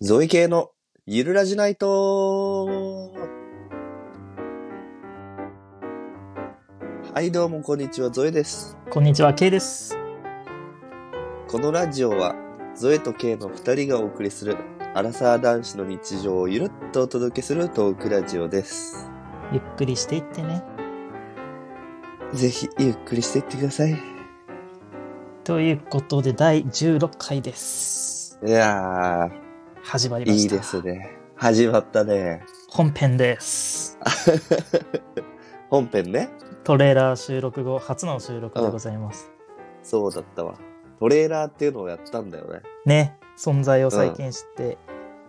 ゾイ系のゆるラジナイトはい、どうもこんにちは、ゾイです。こんにちは、K です。このラジオは、ゾエと K の二人がお送りする、アラサー男子の日常をゆるっとお届けするトークラジオです。ゆっくりしていってね。ぜひ、ゆっくりしていってください。いということで、第16回です。や始まりー、ました。いいですね。始まったね。本編です。本編ね。トレーラー収録後、初の収録でございます。そうだったわ。トレーラーっていうのをやったんだよね。ね、存在を再建して、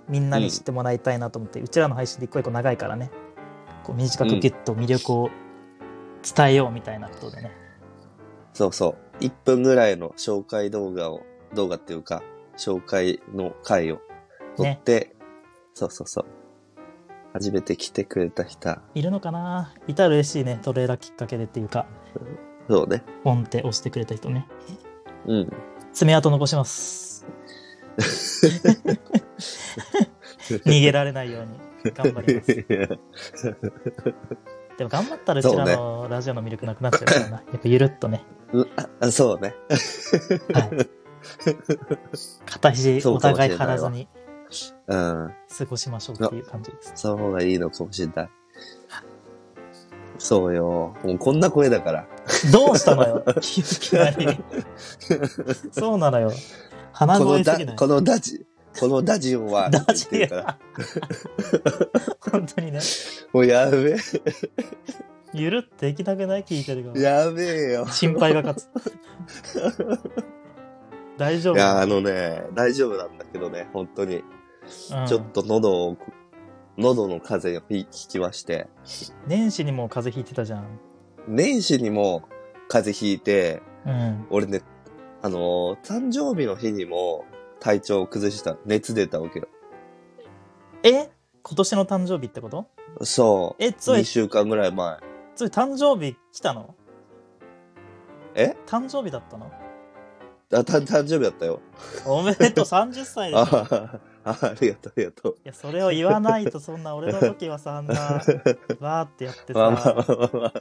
みんなに知ってもらいたいなと思って、うちらの配信で一個一個長いからね、こう短くギュッと魅力を伝えようみたいなことでね。そうそう。1分ぐらいの紹介動画を、動画っていうか、紹介の回を撮って、そうそうそう。初めて来てくれた人、いるのかないたら嬉しいね、トレーラーきっかけでっていうか、そうね。ポンって押してくれた人ね。うん。爪痕残します。逃げられないように頑 張ります。でも頑張ったらうちらのラジオの魅力なくなっちゃ うからな。やっぱゆるっとね。あそうね。はい。片肘そうおかもしれない互わい張らずにうん。過ごしましょうっていう感じです。その方がいいのかもしれない。そうよ。もうこんな声だから。どうした のよいきなり。そうなのよ。鼻この声すだぎない。このダジ、このダジオは、 ダっジて言ってるから。本当にね。もうやべゆるっていきたくない聞いてるえ、から。やべえよ。心配が勝つ。大丈夫いや、あのね、大丈夫なんだけどね、本当に。うんちょっと喉を、喉の風邪をひひきまして、年始にもう風邪ひいてたじゃん。年始にも風邪ひいて、うん。俺ね、あのー誕生日の日にも体調を崩した、熱出たわけよ。え今年の誕生日ってことそう。え、つ2い、週間ぐらい前。つい誕生日来たのえ誕生日だったのあ、た誕生日だったよ。おめでとう、30歳であす。いははあありがとう、ありがとう。や、それを言わないと、そんな俺の時はさ、あんな、わーってやってまあまあさ、まあまあ。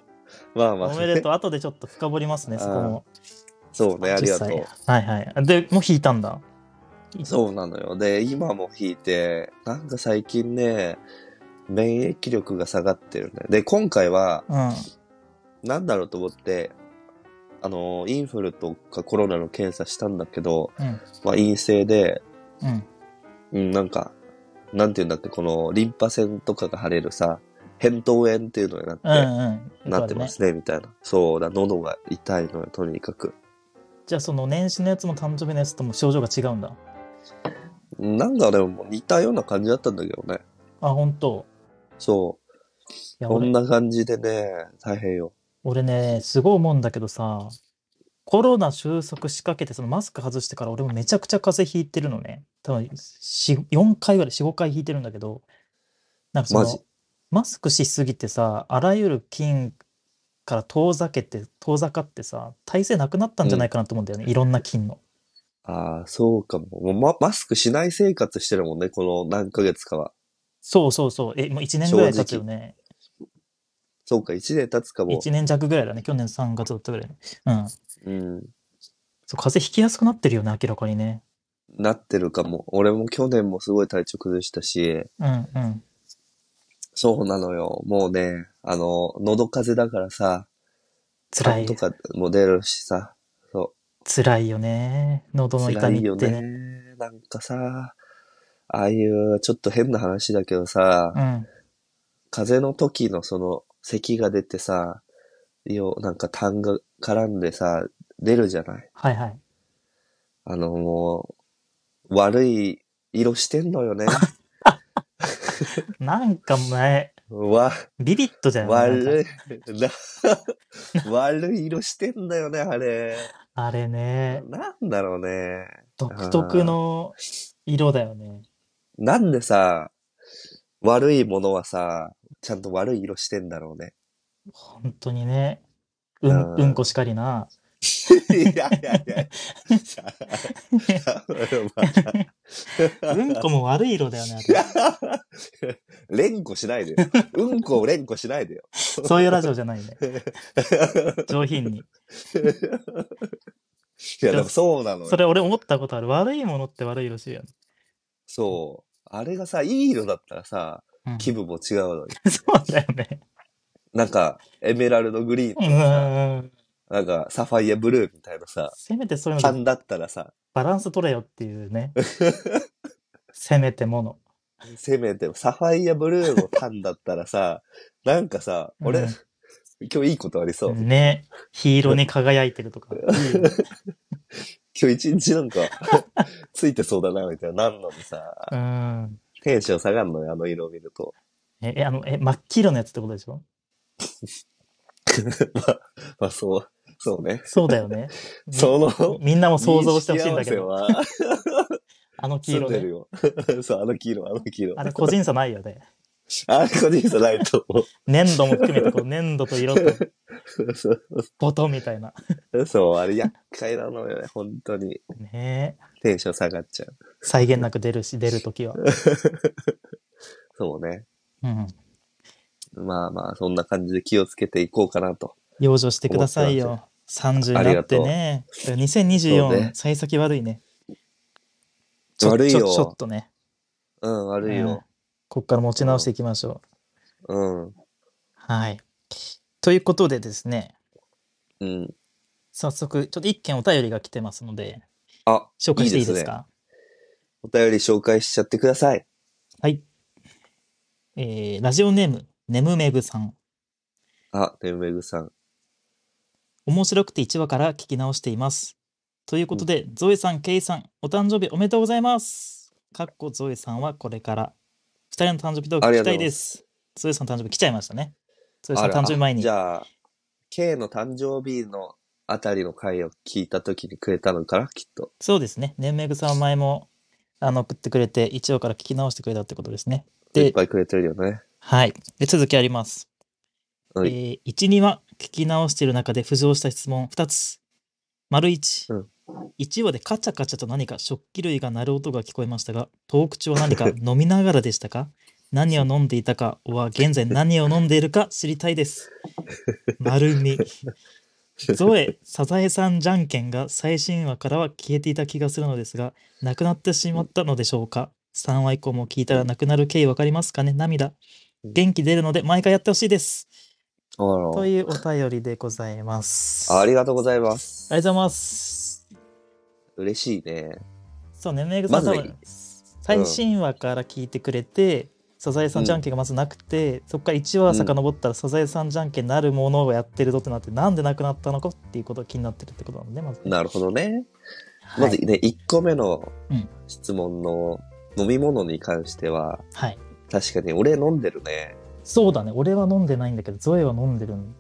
まあまあ、おめでとう、後でちょっと深掘りますね、そこも。そうね、ありがと30う。歳はいはい。で、もう引いたんだ。そうなのよ。で、今も弾いて、なんか最近ね、免疫力が下がってるね。で、今回は、う。うん。なんだろうと思って、あの、インフルとかコロナの検査したんだけど、うん。まあ、陰性で、うん。うん、なんか、なんていうんだって、この、リンパ腺とかが腫れるさ、扁桃炎っていうのになって、うんうん。なってま。すね、みたいな。そうだ、喉が痛いのよ、とにかく。じゃあ、その年始のやつも誕生日のやつとも症状が違うんだ。なんかでも似たような感じだったんだけどね。あ、本当。そ。いうやこ俺んな感じでね、大変よ。俺ね、すごい思うんだけどさ、コロナ収束しかけて、そのマスク外してから俺もめちゃくちゃ風邪ひいてるのね。多分4、4回ぐらい、4、5回ひいてるんだけど、なんかそマジの、マスクしすぎてさ、あらゆる菌から遠ざけて、遠ざかってさ、耐性なくなったんじゃないかなと思うんだよね。いろんな菌の。ああ、そうかも。もうママスクしない生活してるもんね、この何ヶ月かは。そうそうそう。え、もう1年ぐらい経つよね。そうか、1年経つかも。 1年弱ぐらいだね。去年3月だったぐらい。うん。うん。そう、風邪ひきやすくなってるよね、明らかにね。なってるかも。俺も去年もすごい体調崩したし、うんうん。そうなのよ。もうね、あの、喉風邪だからさ、辛い。とかも出るしさ、そ辛いよね。喉う。の痛辛みいっよてねね。。なんかさ、ああいう、ちょっと変な話だけどさ、うん。風邪の時のその、咳が出てさ、よ、なんか痰が絡んでさ、出るじゃない。はいはい。あの、もう、悪い色してんの よね。なんか前、わ、ビビッ とじゃん。なん悪かい、な、 悪い色してんだよね、あれ。あれね、なんだろうね。独特の色だよね。なんでさ、悪いものはさ、ちゃんと悪い色してんだろうね。本当にね。うん、うんうんこしかりな。 いやいやいや。 うんこも悪い色だよねあれ。連呼しないでよ。うんこを連呼しないでよ。そういうラジオじゃない ね。上品に。いや、でもそうなのよそ。れ俺思ったことある。悪いものって悪い色しいよね。そう。あれがさ、いい色だったらさ、うん、気 そう分も違うのに。だよね。なんか、エメラルドグリーンとうかさ、ん。なんか、サファイアブルーみたいなさ、せめてそういうので缶だったらさ、バランス取れよってい うね。せめてもの。せめてサファイアブルーの缶だったら さ、なんかさ、俺、うん今日いいことありそう。ね。黄色に輝いてる とか。いいよ今ね日一日なんか、 ついてそうだな、みたいな、なんのにさ、うん。テンション下がるのよ、あの色を見ると。え、えあの、え、真っ黄色のやつってことでしょまあ、まあ、そう、そうね。そうだよね。 その、みんなも想像してほしいんだけど、認識合わせはあ の黄住ん色でるね。よ。 そう、あの黄色、あの黄色。あれ個人差ないよね。あれ個人差ないと思粘土も含め て、こう粘土と色とう。 そう音みたいな。そう、あれ厄介なのよね、本当に。ねえテンション下がっちゃう。際限なく出るし、出るときは。そうね。うん。まあまあ、そんな感じで気をつけていこうかなと。養生してください思よ。30あにりながっとてうね。そう2024ね、幸先悪いね。ちょ悪いちょちょよっ。とね。うん、悪いうんよ。こっから持ち直していきましょう。うん。はい。ということでですね、うん。早速、ちょっと一件お便りが来てますので、あ、紹介していいいいでですねすかお便り紹介しちゃってください。はい。えーラジオネーム、ねむめぐさん。あ、ねめぐさん。面白くて1話から聞き直しています。ということで、ゾエさん、ケイさん、お誕生日おめでとうございます。かっこゾエさんはこれから。2人の誕生日トークあり聞がときたうございますいです。ゾエさんの誕生日来ちゃいましたね。ゾエさあんのら誕生日前に。じゃあ、K の誕生日のあたりの回を聞いたときにくれたのかな、きっと。そうですね。ねんめぐさん前もあの送ってくれて、1話から聞き直してくれたってことですね。いっで、ぱいくれてるよね。はい。で、続きあります。はいえー、1、2話、聞き直している中で浮上した質問2つ。丸1、うん1話でカチャカチャと何か食器類が鳴る音が聞こえましたが、トーク中は 何か飲みながらでしたか何を飲んでいたかは現在何を飲んでいるか知りたいです。丸2、ゾエ、サザエさんじゃんけんが最新話からは消えていた気がするのですが、なくなってしまったのでしょうか ?3 話以降も聞いたらなくなる経緯わかりますかね涙。元気出るので毎回やってほしいです。 あらというお便りでございます。あありりがとうございます。がとうございます。嬉しいね。そうね、めぐさん、まず多分最新話から聞いてくれて、サザエさんじゃんけんがまずなくて、そこから1話遡ったら、サザエさんじゃんけんなるものをやってるぞってなって、なんでなくなったのかっていうことが気になってるってことなので、まず。なるほどね。はまい、ずね、1個目のうん質問の飲み物に関しては、はい。確かに俺飲んでるね。そうだね、俺は飲んでないんだけど、ゾエは飲んでるん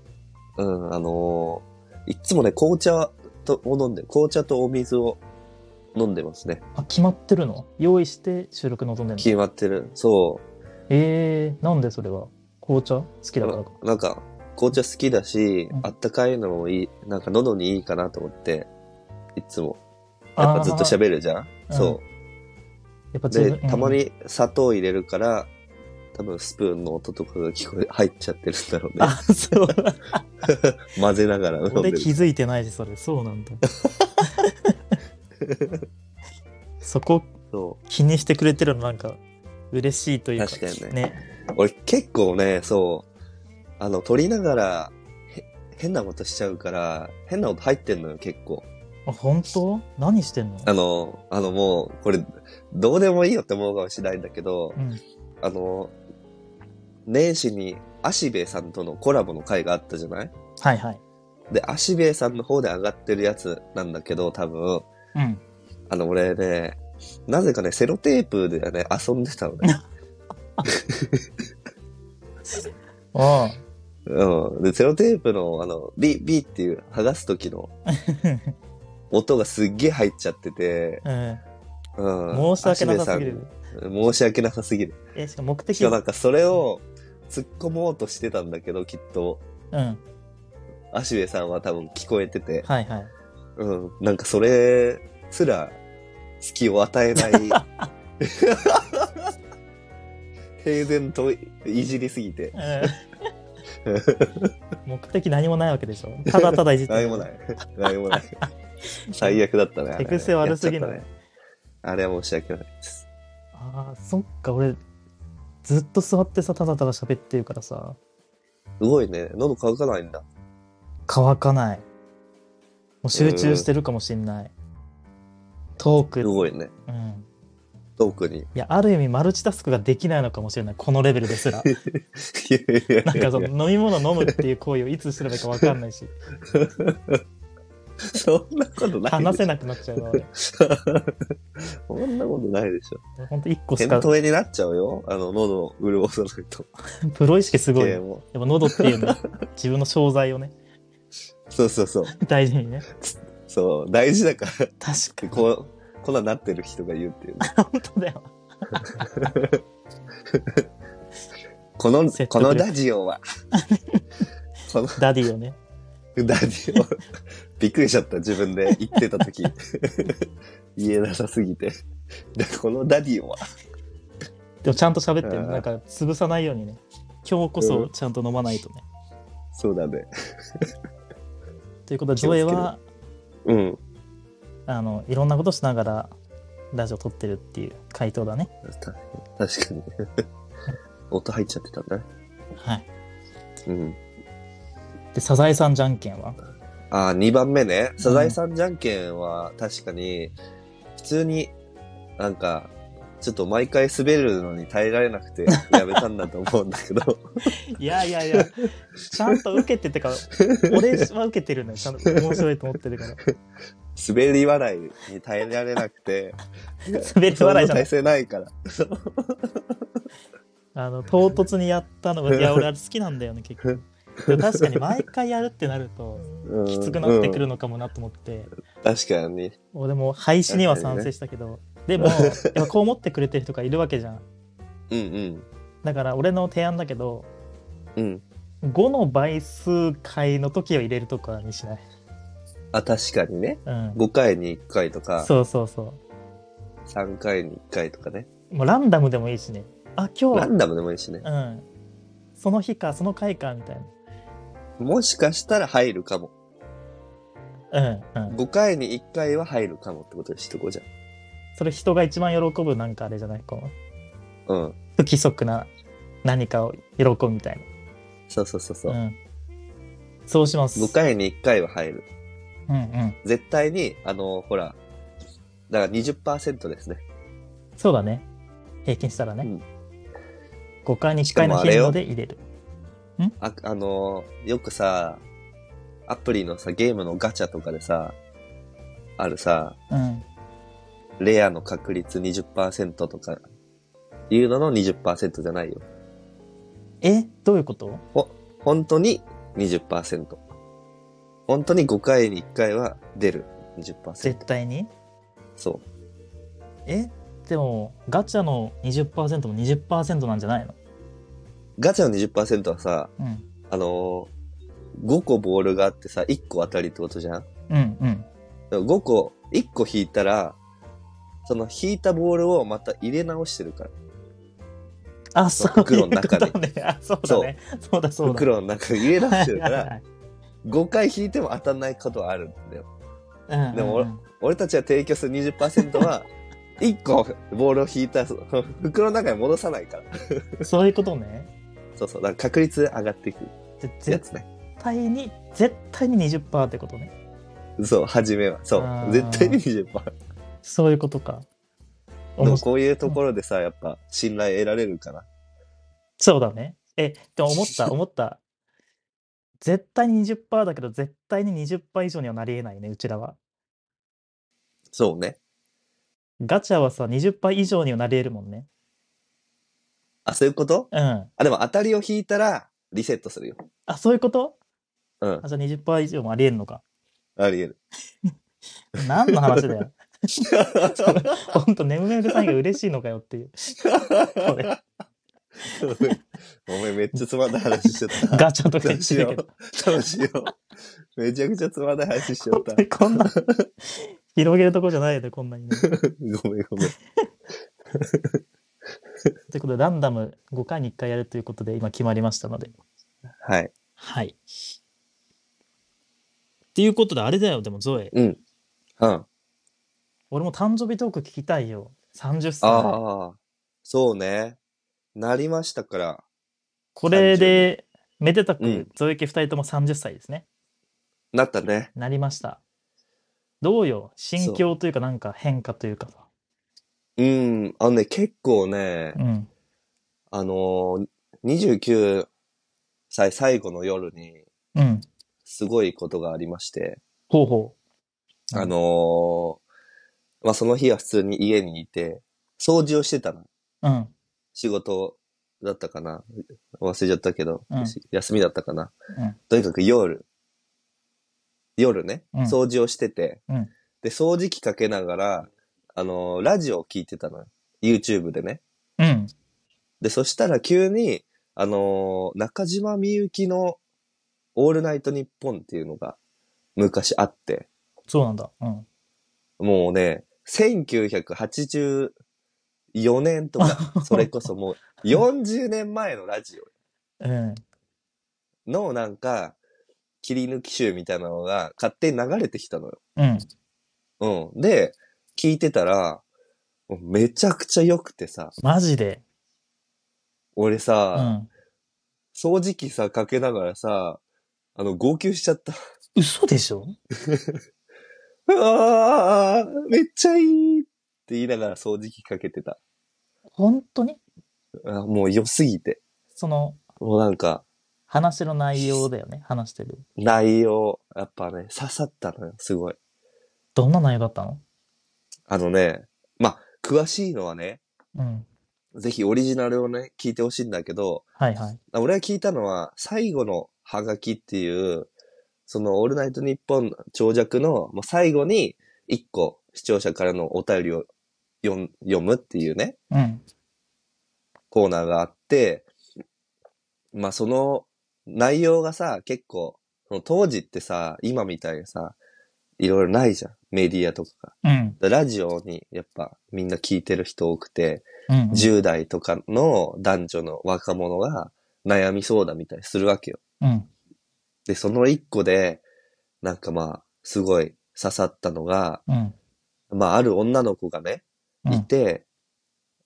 うん、あのーいっつもね、紅茶とを飲んで、紅茶とお水を飲んでますね。あ、決まってるの用意して収録臨んでるの決まってる。そえー、なんでそれは紅茶好きう。だからか。なんか、紅茶好きだしう、んあったかいのもいい、なんか喉にいいかなと思って、いっつも。やっぱずっとべ喋るじゃんうんそやっう。ぱ自で分、たまに砂糖入れるから、多分スプーンの音とかが聞こえ、入っちゃってるんだろううん、ねあ、。 そう。混ぜながら飲んで俺る気。づいてないしそれそうなんだ そこそ気にしてくれてるのなんか嬉しいというか確かにねねう。俺結構ね、そう、あの、撮りながら、へ変なことしちゃうから、変な音入ってんのよ、結構。あ本当何してんのあの、あのもう、これ、どうでもいいよって思うかもしれないんだけどう、んあの、年始に足兵衛さんとのコラボの回があったじゃないはいはいで、足兵衛さんの方で上がってるやつなんだけど、多分、うんあの、俺ね、なぜかね、セロテープでね、遊んでたのね。あうん。で、セロテープの、あの、ビビーっていう、剥がす時 の音がすっげえ入っちゃってて、あ、う。うんん、申し訳なさすぎる足兵衛さん。申し訳なさすぎ る。えしかも目的しかもなんかそれを突っ込もうとしてたんだけど、きっと。うんアシュエさんは多分聞こえてて、はいはい。うん、なんかそれすら隙を与え ない。平然といじりすぎて、うん目的何もないわけでしょ。ただただいじってる。何もない。何もない。最悪だったね。あれ手癖悪すぎるやっちゃったねあれは申し訳ないです。ああ、そっか、俺、ずっと座ってさ、ただただ喋ってるからさ、すごいね。喉乾かないんだ。乾かない。もう集中してるかもしんない。トーク、すうん。ごいね。いトークに。いや、ある意味マルチタスクができないのかもしれない。このレベルで すら。やいやいやなんかその飲み物飲むっていう行為をいつすればいいかわかんないし、 そんなことない話せななくなっちゃうの俺。そんなことないでしょ。ほんと1個し扁か、桃炎になっちゃうよ。あの、喉を潤さないと。プロ意識すごい。経営やっもぱ喉っていうの、自分の商材をね、そうそうそう。大事にね。そう、大事だからっ確かて、に。こう、こんなんなってる人が言うっていうね、本当だよ。この、説こ得力のラジオは、このダディをね。ラジオ、びっくりしちゃった、自分で言ってた 時言えなさすぎて。でこのダディは、でもちゃんと喋ってうる。んなんか潰さないようにね。今日こそちゃんと飲まないとね。そうだね。ということで、気ゾをつけエるは、うん。あの、いろんなことしながら、ラジオ撮ってるっていう回答だね。た確かに。音入っちゃってたね。はい。うん。で、サザエさんじゃんけんはああ、2番目ね。サザエさんじゃんけんは確かに、普通になんか、ちょっと毎回滑るのに耐えられなくてやめたんだと思うんだけど、いやいやいや、ちゃんと受けててか、俺は受けてるのよ。ちゃんと面白いと思ってるから。滑り笑いに耐えられなくて、滑り笑いじそゃんなない体。勢ないから。あの、唐突にやったのが、いや、俺あれ好きなんだよね、結構。でも確かに毎回やるってなると、うんきつくなってくうるんのかもなと思って、確かに。俺も廃止には賛成したけど、でも、やっぱこう思ってくれてる人がいるわけじゃん。うんだから俺の提案だけど、うん。うん。 5の倍数回の時を入れるとかにしない。あ、確かにね。うん。 5回に1回とか、そうそうそ3回に1回とかね。う。もうランダムでもいいしね。あ、今ラ日ンダムでもいいしね。は、うん。その日か、その回か、みたいもしかしたら入るかも。な。うん、うん。 5回に1回は入るかもってことにしとこうじそれ人が一番喜ぶ、なんかあれじゃないこう、ゃん。うん。不規則な何かを喜ぶみたいそうそうそうそう。な。うん。そうします。 5回に1回は入る。うんうん。絶対に、あの、ほら、だから20%ですね。そうだね。平均したらね。うん5回に1回しのかもあれ頻よ度で入れる。あ、あの、よくさ、アプリのさ、ゲームのガチャとかでさ、あるさ、うん。レアの確率20%とか、いうのの20%じゃないよ。えどういうこと本当に20%。本当に5回に1回は出る20%。絶対にそう。えでもガチャの20%も20%なんじゃないのガチャの20%はさ、うんあのー、5個ボールがあってさ、1個当たりってことじゃんうんうんでも5個、1個引いたら、その引いたボールをまた入れ直してるから。あそういう袋この中にとねあ そうだねそうだそうだ袋の中に入れ直してるかはいは ら、い5回引いても当たんないことはあるんだよ。はいうんでもうんうん俺たちが提供する20%は、1個ボールを引いたら、その袋の中に戻さないから。そういうことねそうそう。だから確率上がっていくぜや絶つね。対に絶対に20%ってことねそう、初めは。そあう。ー絶対に20%。そういうことかでも面白いこういうところでさ、やっぱ信頼得られるかな。そうだねえでも思 った思った絶対に20%だけど絶対に20%以上にはなりえないねうちらはそうね。ガチャはさ20%以上にはなりえるもんねあ、そういうことうんあ、でも当たりを引いたらリセットするよ。あそういうことうんあ。じゃあ20%以上もありえるのかあり得 る。何の話だ よ。ほんと、眠眠さんが嬉しいのかよっていう。これお前めっちゃつまんない話しちゃった。ガチャとどか言っうしてよるけど。う。どうしよう。めちゃくちゃつまんない話しちゃ本っ当た。にこんな、広げるとこじゃないよね、こんなにね。ごめんごめん。ということで、ランダム5回に1回やるということで、今決まりましたので。はい。はい。っていうことで、あれだよ、でもゾエ。うん。うん。あ俺も誕生日トーク聞きたいよ。30歳。あ。そうね。なりましたから。これで、めでたく、うんゾエ家2人とも30歳ですね。なったね。なりました。どうよ、心境というか、なんか変化というかさ。うん。あのね、結構ね、うん。あのー、29歳最後の夜に、うん。すごいことがありまして、ほうほうんあのーまあ、その日は普通に家にいて、掃除をしてたの。う。うん。仕事だったかな忘れちゃったけど、うん休みだったかな、うんとにかく夜、夜ね、うん掃除をしてて、うんで、掃除機かけながら、あのーラジオを聞いてたのよ。YouTube でね。うん。で、そしたら急に、あのー中島みゆきのオールナイトニッポンっていうのが昔あって、そうなんだ。うん。もうね、1984年とか、それこそ もう40年前のラジうん。オのなんか、切り抜き集みたいなのが勝手に流れてきたのうん。よ。うん。で、聞いてたら、もうめちゃくちゃ良くてさ、マジで。俺うさ、ん。掃除機さ、かけながらさ、あの、号泣しちゃった。 嘘でしょああ、めっちゃいいって言いながら掃除機かけてた。本当にあもう良すぎて。その、もうなんか、話の内容だよね。話してる。内容、やっぱね、刺さったのよ、すごい。どんな内容だったのあのね、まあ、詳しいのはね、うん。ぜひオリジナルをね、聞いてほしいんだけど、はいはい。あ俺が聞いたのは、最後のハガキっていう、その、オールナイトニッポン長尺の、もう最後に、一個、視聴者からのお便りを読ん読むっていうね、うん。コーナーがあって、まあ、その、内容がさ、結構、その当時ってさ、今みたいにさ、いろいろないじゃん。メディアとかが。うん。ラジオにやっぱみんな聞いてる人多くて、うん。 10代とかの男女の若者が悩み相談みたいにするわけよ。うん。で、その一個で、なんかまあ、すごい刺さったのが、うん。まあ、ある女の子がね、うんいて、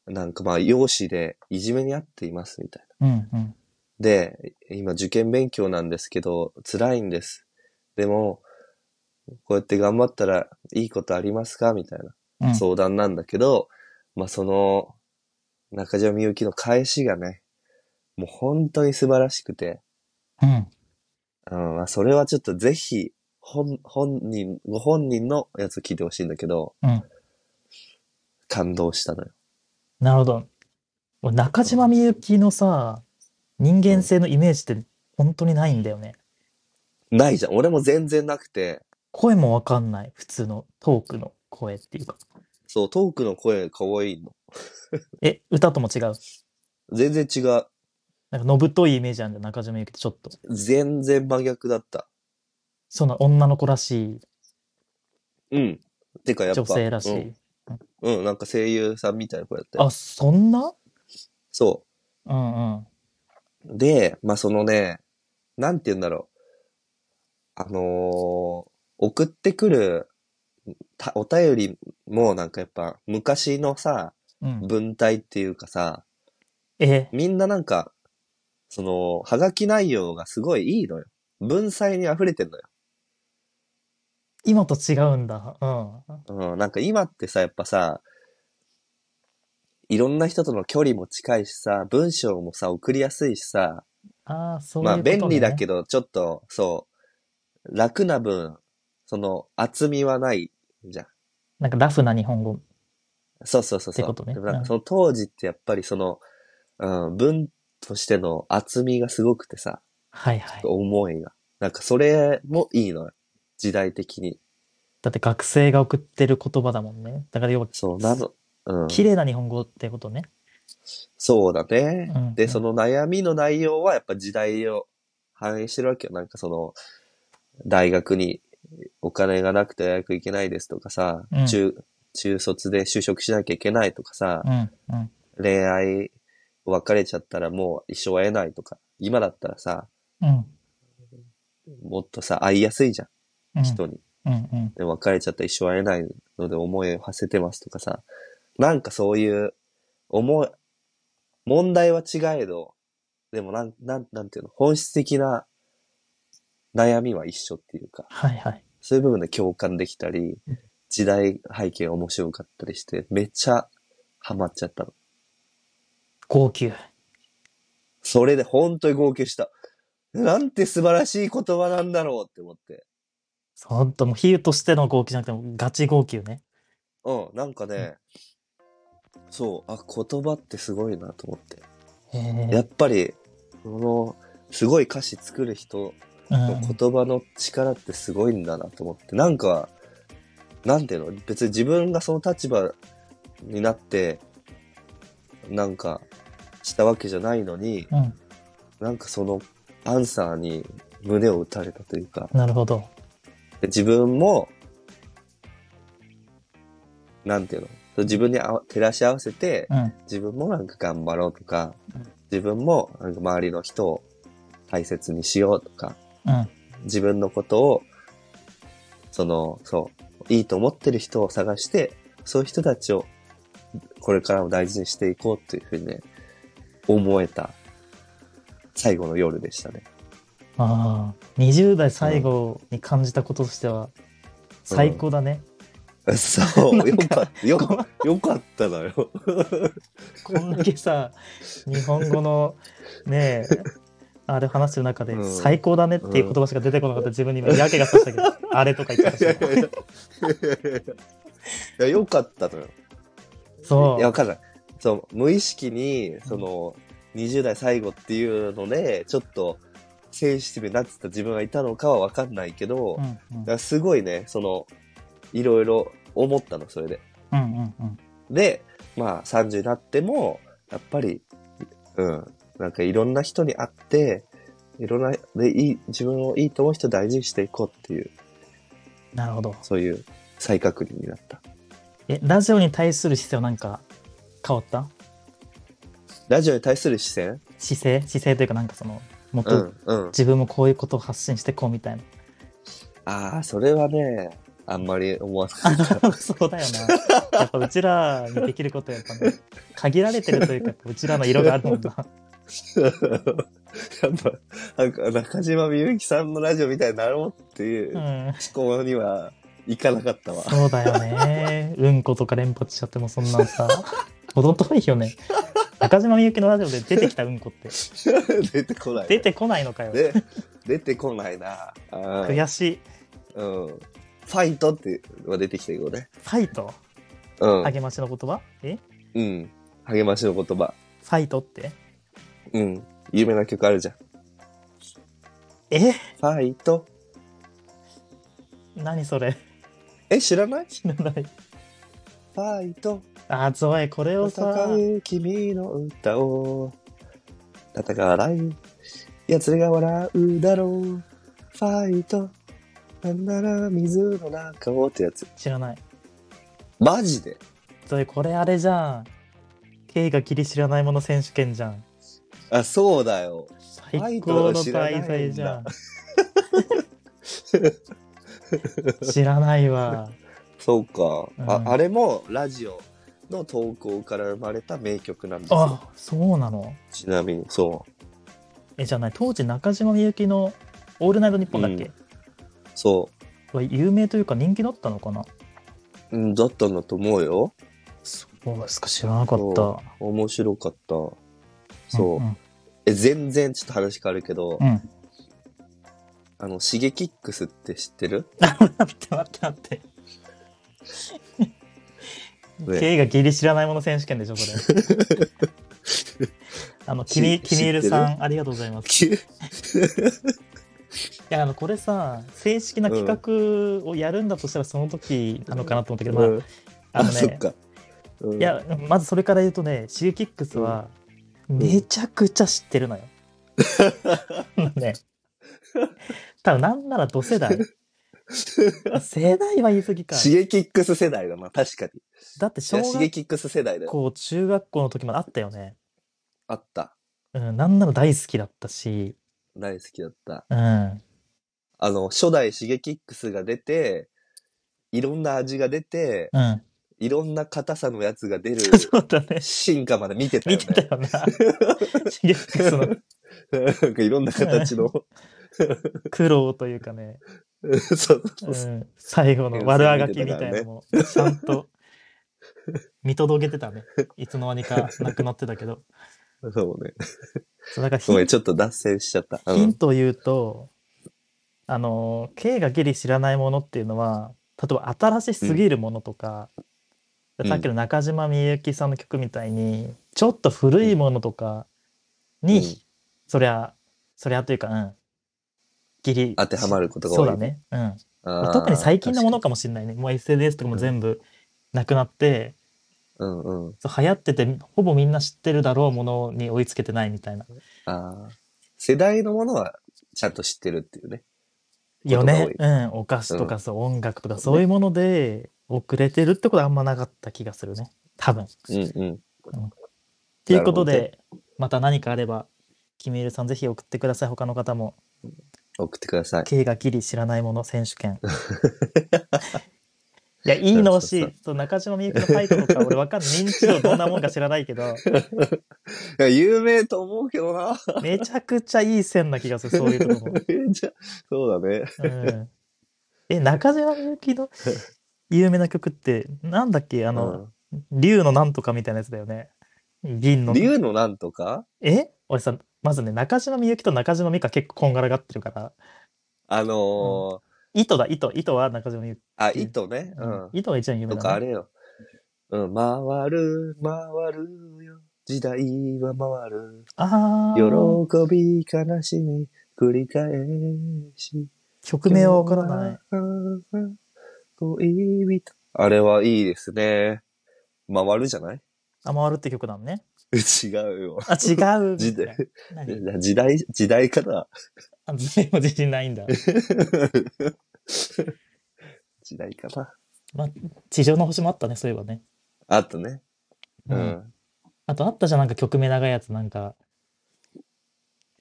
なんかまあ、容姿でいじめにあっていますみたいな。うん。うん。で、今受験勉強なんですけど、辛いんです。でも、こうやって頑張ったらいいことありますかみたいな。うん。相談なんだけど、まあその、中島みゆきの返しがね、もう本当に素晴らしくて、うん。うん、まあそれはちょっとぜひ、本、本人、ご本人のやつ聞いてほしいんだけど、うん。感動したのよ。なるほど。俺中島みゆきのさ、人間性のイメージって本当にないんだよね。ないじゃん。俺も全然なくて、声もわかんない。普通のトークの声っていうか。そう、トークの声可愛いの。え、歌とも違う。全然違う。なんか、のぶといイメージあるんだよ、中島みゆきってちょっと。全然真逆だった。その女の子らしうん。てかやい、っぱ。女性らしういん。うん、なんか声優さんみたいな子やって。あ、そんなそう。うんうん。で、まあ、そのね、なんて言うんだろう。あのー送ってくるたお便りもなんかやっぱ昔のさ、うん、文体っていうかさ、え、みんななんか、その、はがき内容がすごいいいのよ。文才に溢れてんのよ。今と違うんだ。うん。うん、なんか今ってさ、やっぱさ、いろんな人との距離も近いしさ、文章もさ、送りやすいしさ、ああ、そういうまこあと、ね。便利だけど。ど、ちょっと、そう、楽な分、その厚みはないじゃん。なんかラフな日本語。そうそうそうそう。ってことねでもなんうんかその当時ってやっぱりその、うん、文としての厚みがすごくてさ、はいはい。思いが。なんかそれもいいのよ。時代的に。だって学生が送ってる言葉だもんね。だから要は、そう、なの。うん。綺麗な日本語ってことね。そうだね。うんで、その悩みの内容はやっぱ時代を反映してるわけよ。なんかその、大学にお金がなくて大学行けないですとかさ、うん中、中卒で就職しなきゃいけないとかさう、んうん恋愛別れちゃったらもう一生会えないとか、今だったらさ、うんもっとさ、会いやすいじゃうんん、人に。うんうんで、別れちゃったら一生会えないので思いを馳せてますとかさ、なんかそういう、思い、問題は違えど、でもなん、なん、なんていうの、本質的な悩みは一緒っていうか、はいはいそういう部分で共感できたり、時代背景面白かったりして、めっちゃハマっちゃったの。号泣それで本当に号泣した。なんて素晴らしい言葉なんだろうって思って。ほんともう比喩としての号泣じゃなくてもうガチ号泣ねうん、なんかね、そう、あ、言葉ってすごいなと思って。へやえっぱり、この、すごい歌詞作る人うのん言葉の力ってすごいんだなと思って、なんか、なんていうの別に自分がその立場になって、なんか、したわけじゃないのに、うんなんかそのアンサーに胸を打たれたというか、なるほどで自分も、なんていうの自分にあわ照らし合わせて、うん自分もなんか頑張ろうとかうん、自分もなんか周りの人を大切にしようとか、うん自分のことを、その、そう、いいと思ってる人を探して、そういう人たちをこれからも大事にしていこうというふうにね、思えた最後の夜でした ね。ああ20代最後に感じたこととしては最高だね、そう、なよんかかった、よこよかったのよ。 こんだけさ日本語のねえあれ話してる中でう「ん最高だね」っていう言葉しか出てこなかった自分に今やけがさしたけど 「あれ」とか言ってたしいやいやいや、よかったのよ。そいうや、わかんない。そう、無意識に、その、20代最後っていうので、ちょっと、センシティブになってた自分がいたのかはわかんないけど、うだかんうんらすごいね、その、いろいろ思ったの、それで。うんうんうんで、まあ、30になっても、やっぱり、うん、なんかいろんな人に会って、いろんな、で、いい、自分をいいと思う人を大事にしていこうっていう、なるほどそういう再確認になった。えラジオに対する姿勢はなんか変わったラジオに対する視線姿勢姿勢というかなんかそのもっうと、ん、うん。自分もこういうことを発信してこう みたいああ、それはね、あんまり思わなかった。なそうだよなやっぱうちらにできることはやっぱ、ね、限られてるというかうちらの色があるもんなやっぱ、なんか中島みゆきさんのラジオみたいになろうっていううん思考にはいかなかった わ。そうだよね。うんことか連発しちゃってもそんな んさ、ほど遠いよね。中島みゆきのラジオで出てきたうん こって、出てこない。出てこないのかよ。で出てこないな。あー悔しい。うん。ファイトっていうのが出てきてるよね。ファイトうん。励ましの言葉えうん。励ましの言葉。ファイトってうん。有名な曲あるじゃん。えファイト。何それ え、知らない知らない。ファイト。あ、ゾエ、これをさ、戦う君の歌を戦わない奴らが笑うだろうファイトなんなら水の中をってやつ知らない。マジでゾエ、これあれじゃん。K がきり知らないもの選手権じゃん。あそうだよ最高のファイトが知らない大んだ罪じゃん。 知らないわ。そうか、うんああれもラジオの投稿から生まれた名曲なんですよあ、そうなの。ちなみにそうえじゃない当時中島みゆきの「オールナイトニッポン」だっけ、そは有名というか人気だったのかなう、うん、だったんだと思うよそうですか知らなかったそ面白かったそう、んえ全然ちょっと話変わるけど、うん、 うん、あの Shigekix って知ってる待って待って待ってね K がギリ知らないもの選手権でしょこれ あのきみしきみいるさんありがとうございますいやあのこれさ正式な企画をやるんだとしたらその時なのかなと思ったけど、まあうんあのそっねか。うんい、やまずそれから言うとねシューキックスはめちゃくちゃ知ってるの よ。ね。多分なんなら同世代。世代は言い過ぎか。シゲキックス世代だな、確かに。だってい小や、シゲ学キックス世代だよ。校、中学校の時まであったよね。あった。うん、なんなら大好きだったし、大好きだった。うん。あの、初代シゲキックスが出て、いろんな味が出て、うん。いろんな硬さのやつが出る そうだね。進化まで見てたよ見ね。てた よな。シゲキックスの なんかいろんな形の。苦労というかね、そう そうそうう。ん、最後の悪あがきみたいなのも、 ちゃんと見届けてたね。いつの間にかなくなってたけど。そうね。そう だからヒごめん、ンちょっと脱線しちゃった。うヒンん。トを言うと、あの、K がギリ知らないものっていうのは、例えば新しすぎるものとか、うんさっきの中島みゆきさんの曲みたいに、ちょっと古いものとかに、うんそりゃ、そりゃというか、うん、ギリ。当てはまることがそ多うい。だね。うん。あー特に最近のものかもしれないね。もう SNS とかも全部なくなって、うんうん。そう流行ってて、ほぼみんな知ってるだろうものに追いつけてないみたいな。ああ。世代のものはちゃんと知ってるっていうね。よことが多ねい。うん。お菓子とかそう、音楽とかそういうもので遅れてるってことはあんまなかった気がするね。多分。っうんうん。ていうことなるで、また何かあれば、キミールさんぜひ送ってください。他の方も、送ってください。 K がギリ知らないもの選 手権。いや、いいの欲しそうい。そう中島みゆきのファイトとか俺わかんない。認知度どんなもんか知らないけど、いや有名と思うけど な。めちゃくちゃいい線な気がする。そういうとこも。じゃあそうだね。うん、え、中島みゆ きの有名な曲って、なんだっけああの、竜のなんとかみたいなやつだよね。銀の。竜のなんとかえ俺さ、まずね、中島みゆきと中島美香結構こんがらがってるから。あのー糸だ、糸。糸は中島みゆき。あ、糸ね。うん。糸は一番有名とだかあねれよ。うん、回る、回るよ。時代は回る。あー喜び、悲しみ、繰り返し。曲名はわからない。い。恋人。あれはいいですね。回るじゃない あ、回るって曲なんね。違うよ。あ、違う。時 代何時代、時代かな。あ、全部自信ないんだ。時代かな。まあ、地上の星もあったね、そういえばね。あとね。うん。あとあったじゃん、なんか曲名長いやつ、なんか。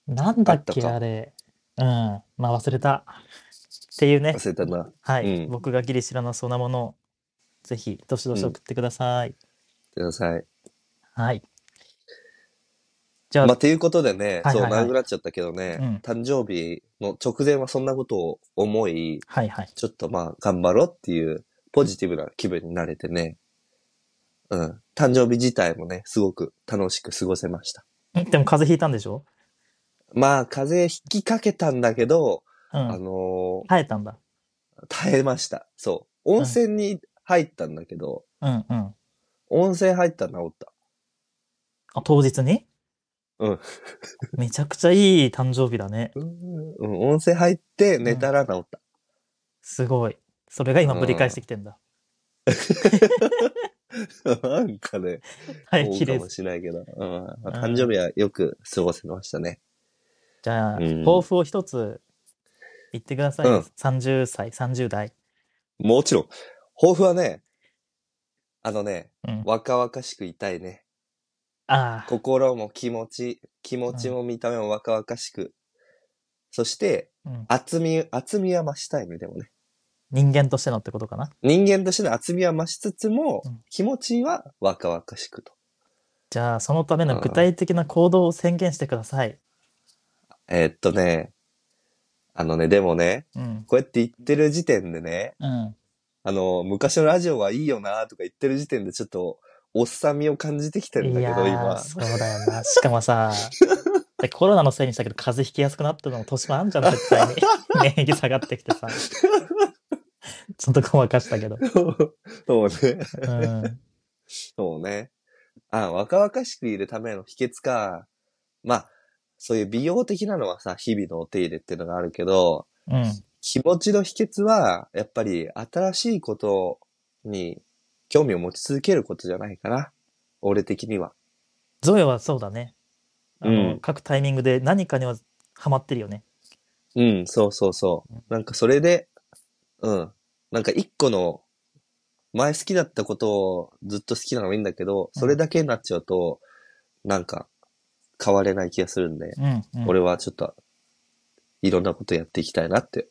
なんだっけ、あったかあれ。うん。まあ忘れた。っていうね。忘れたな。はい、うん僕がギリ知らなそうなものをぜひどしどし送ってください、ください。はいじゃあ、まあ、ということでね、はいはいそう、はい長くなっちゃったけどうねん、誕生日の直前はそんなことを思い、はいはいちょっとまあ、頑張ろうっていう、ポジティブな気分になれてね、うん。誕生日自体もね、すごく楽しく過ごせました。んでも風邪ひいたんでしょまあ、風邪引きかけたんだけど、うあんの耐えたんだー耐えました。そう。温泉に入ったんだけど、うんうん温泉入ったら治った。あ当日にうん。めちゃくちゃいい誕生日だねうん、温泉入って寝たら治った。すごいそれが今ぶり返してきてんだ、 なんかね、はいそう綺か麗もしれないけど、うん、誕生日はよく過ごせましたね。じゃあ、うん抱負を一つ言ってください、うん30歳30代もちろん、抱負はね、あのね、うん若々しくいたいね。ああ心も気持ち、気持ちも見た目も若々しく。そして、うん厚み、厚みは増したいね、でもね。人間としてのってことかな人間としての厚みは増しつつも、うん気持ちは若々しくと。じゃあそのための具体的な行動を宣言してくださいえーっとね、あのね、でもね、うんこうやって言ってる時点でね、うんあの、昔のラジオはいいよなとか言ってる時点でちょっと、おっさんみを感じてきてるんだけど、いやー今。そうだよな。しかもさ、でコロナのせいにしたけど、風邪ひきやすくなったのも年もあんじゃん、絶対に。 免疫下がってきてさ。ちょっとごまかしたけど。 そうね。うん。そうね。あ、若々しくいるための秘訣か。まあ、そういう美容的なのはさ、日々のお手入れっていうのがあるけど、うん。気持ちの秘訣は、やっぱり新しいことに興味を持ち続けることじゃないかな。俺的には。ゾエはそうだね。あの、うん各タイミングで何かにはハマってるよね。うん、そうそうそう。なんかそれで、うん。なんか一個の、前好きだったことをずっと好きなのもいいんだけど、それだけになっちゃうと、なんか、変われない気がするんで、うん、うん。俺はちょっと、いろんなことやっていきたいなって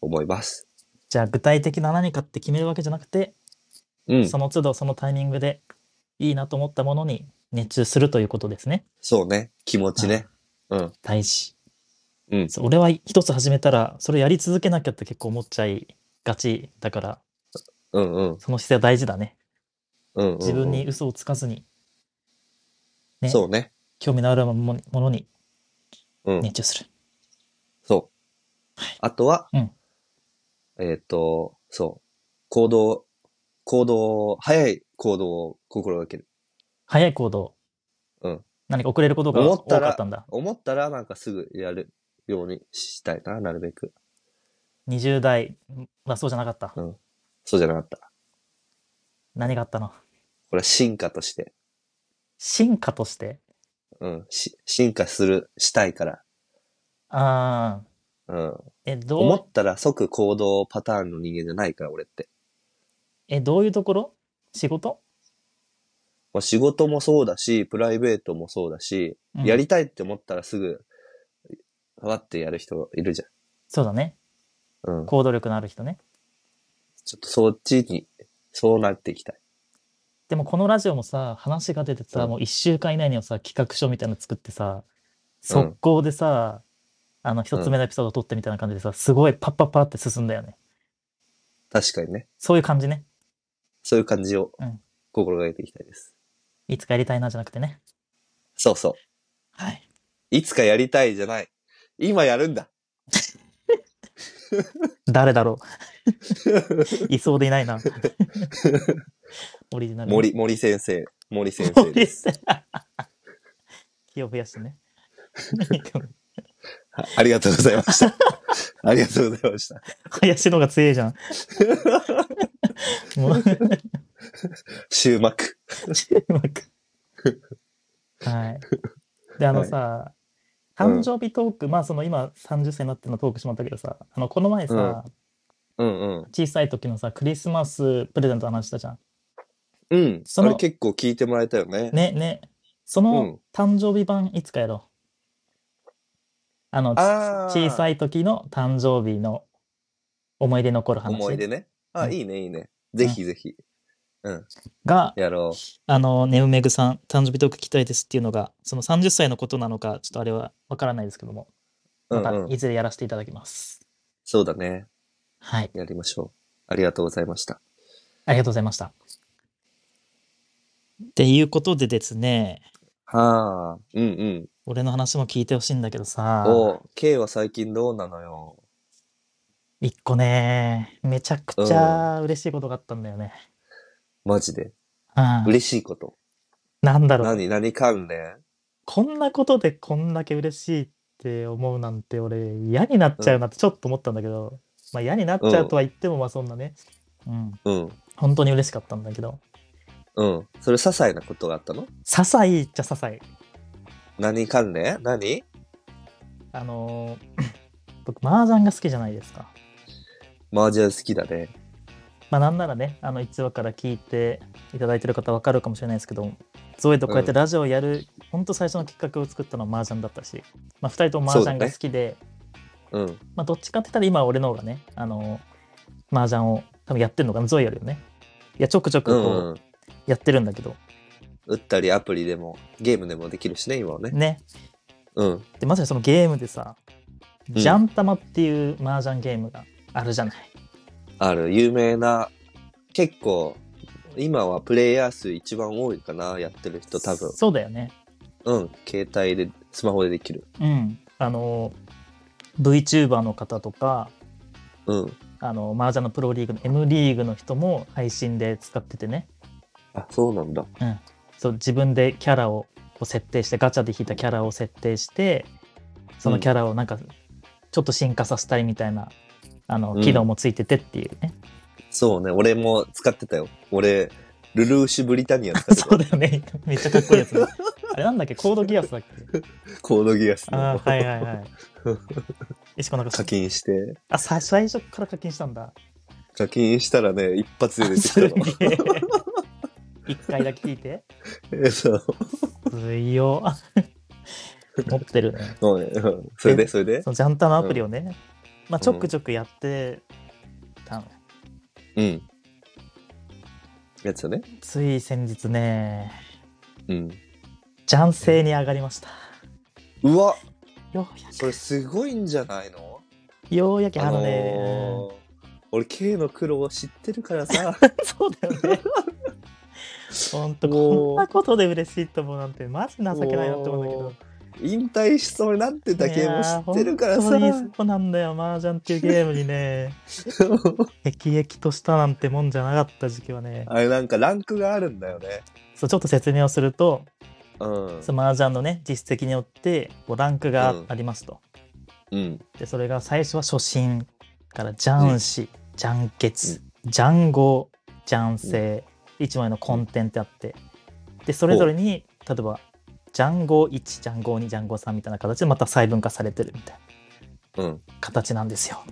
思います。じゃあ具体的な何かって決めるわけじゃなくて、うんそ。の都度そのタイミングでいいなと思ったものに熱中するということですね。そうね。気持ちね。うん。大事。うん。そう俺は一つ始めたらそれやり続けなきゃって結構思っちゃいがちだからうんうん。その姿勢は大事だね。うん、うん。自分に、嘘をつかずに、ねそうね。興味のあるものものにうん。熱中する。そう。あとは、うんえっ、と、そう。行動、行動、早い行動を心がける。早い行動。うん何か遅れることが思多ったらかったんだ。思ったらなんかすぐやるようにしたいな、なるべく。 20代はそうじゃなかった。うんそうじゃなかった。何があったのこれは進化として。進化として。うん。し進化する、したいから。ああ、うん。え、思どう、ったら即行動パターンの人間じゃないから、俺って。え、どういうところ仕事、まあ、仕事もそうだし、プライベートもそうだし、うんやりたいって思ったらすぐ、わってやる人いるじそうだね。ゃん。うん。行動力のある人ね。ちょっとそっちに、そうなっていきたい。でもこのラジオもさ、話が出てさ、うんもう1週間以内にはさ、企画書みたいなの作ってさ、速攻でさ、あの、一つ目のエピソードを撮ってみたいな感じでさ、すごいパッパッパって進んだよね。確かにね。そういう感じね。そういう感じをうん心がけていきたいです。いつかやりたいなじゃなくてね。そうそう。はい。いつかやりたいじゃない。今やるんだ。誰だろ う。いそうでいないな。オリジナルね。森、森先生。森先生です。気を増やし てね。 あありがとうございました。 ありがとうございました。林の方が強 いじゃん。もう終幕。うまく。 はい。で、あのさ、誕生日トーク、まあその今30歳になってのトークしまったけどさ、あのこの前さ、うんうん。小さい時のさ、クリスマスプレゼントの話したじゃん。うん。そあのれ結構聞いてもらえたよね。ね、ね。そうのん誕生日版いつかやろう。あの、ちあー小さい時の誕生日の思い出残る話思い出ね。あ、うんいいね、いいね。ぜひぜひ。が、やろあの、ネウメグさん、誕生日トーク聞きたいですっていうのが、その30歳のことなのか、ちょっとあれはわからないですけども、う。うまんたうん。いずれやらせていただきます。そうだね。はい。やりましょう。ありがとうございました。ありがとうございました。っていうことでですね、はあ。うんうん。俺の話も聞いてほしいんだけどさ、おう K は最近どうなのよ。一個ね、めちゃくちゃ嬉しいことがあったんだよね。マジで。うん。嬉しいこと。なんだろう。何、何関連こんなことでこんだけ嬉しいって思うなんて俺嫌になっちゃうなってちょっと思ったんだけど、まあ嫌になっちゃうとは言ってもまあそんなね、うん、うん。本当に嬉しかったんだけど、うん。それ、些細なことがあったの些細っちゃ些細。何関連何あのー 僕、麻雀が好きじゃないですか。マージャン好きだね。まあなんならね、あの1話から聞いていただいてる方わかるかもしれないですけど、ゾエとこうやってラジオをやる、ほんと最初のきっかけを作ったのは麻雀だったし、まあ2人とも麻雀が好きで、うん。まあどっちかって言ったら今は俺の方がね、あのー、麻雀を多分やってるのかな、ゾエよりはね。いや、ちょくちょくうこん、う。うんやってるんだけど、打ったりアプリでも、ゲームでもできるしね、今はね。ね。うん。で、まさにそのゲームでさ、んジャン玉っていう麻雀ゲームがあるじゃない。ある、有名な、結構、今はプレイヤー数一番多いかな、やってる人多分。そうだよね。うん。携帯で、スマホでできる。うん、あの VTuber の方とかうん。あの麻雀のプロリーグの M リーグの人も配信で使っててねあ、そうなんだ。そう自分でキャラをこう設定してガチャで引いたキャラを設定してそのキャラをなんかちょっと進化させたりみたいなあのうん機能もついててっていうね、そうね、俺も使ってたよ。俺、ルルーシュ・ブリタニア使ってた そうだよねめっちゃかっこいいやつねれなんだっけコードギアスだっけコードギアスあのあ、はいはいはい。え、しかもなんか課、金して、あ、さ最初から課金したんだ。課金したらね、一発で出てきすたげのえ。。 一回だけ聞いて。 えそう強っ 持ってるね。もうねうんそれで、それでそのジャンタのアプリをね、まあちょくちょくやってたの。うん。やつよね。つい先日ね、うん。ジャン性に上がりました。うわようやそれすごいんじゃないのく、ようやく、ああののね、ー俺 K の苦労を知ってるからさうんそうだよね。ほんと、もこうんなことで嬉しいと思うなんて、マジ 情けないなって思うんだけど。引退しそうになってたけも知ってるからいやさー本当にそうなんだよ、麻雀っていうゲーム にね、駅々としたなんてもんじゃなかった時期はね、あれなんかランクがあるんだよねそうちょっと説明をすると、うんその麻雀のね実績によってこうランクがうんありますと、うんでそれが最初は初心からジャンシ、ジャンケツ、ジャンゴジャンセイ、一枚のコンテンツあってでそれぞれに例えばジャンゴ1ジャンゴ2ジャンゴ3みたいな形でまた細分化されてるみたいうんな形なんですよ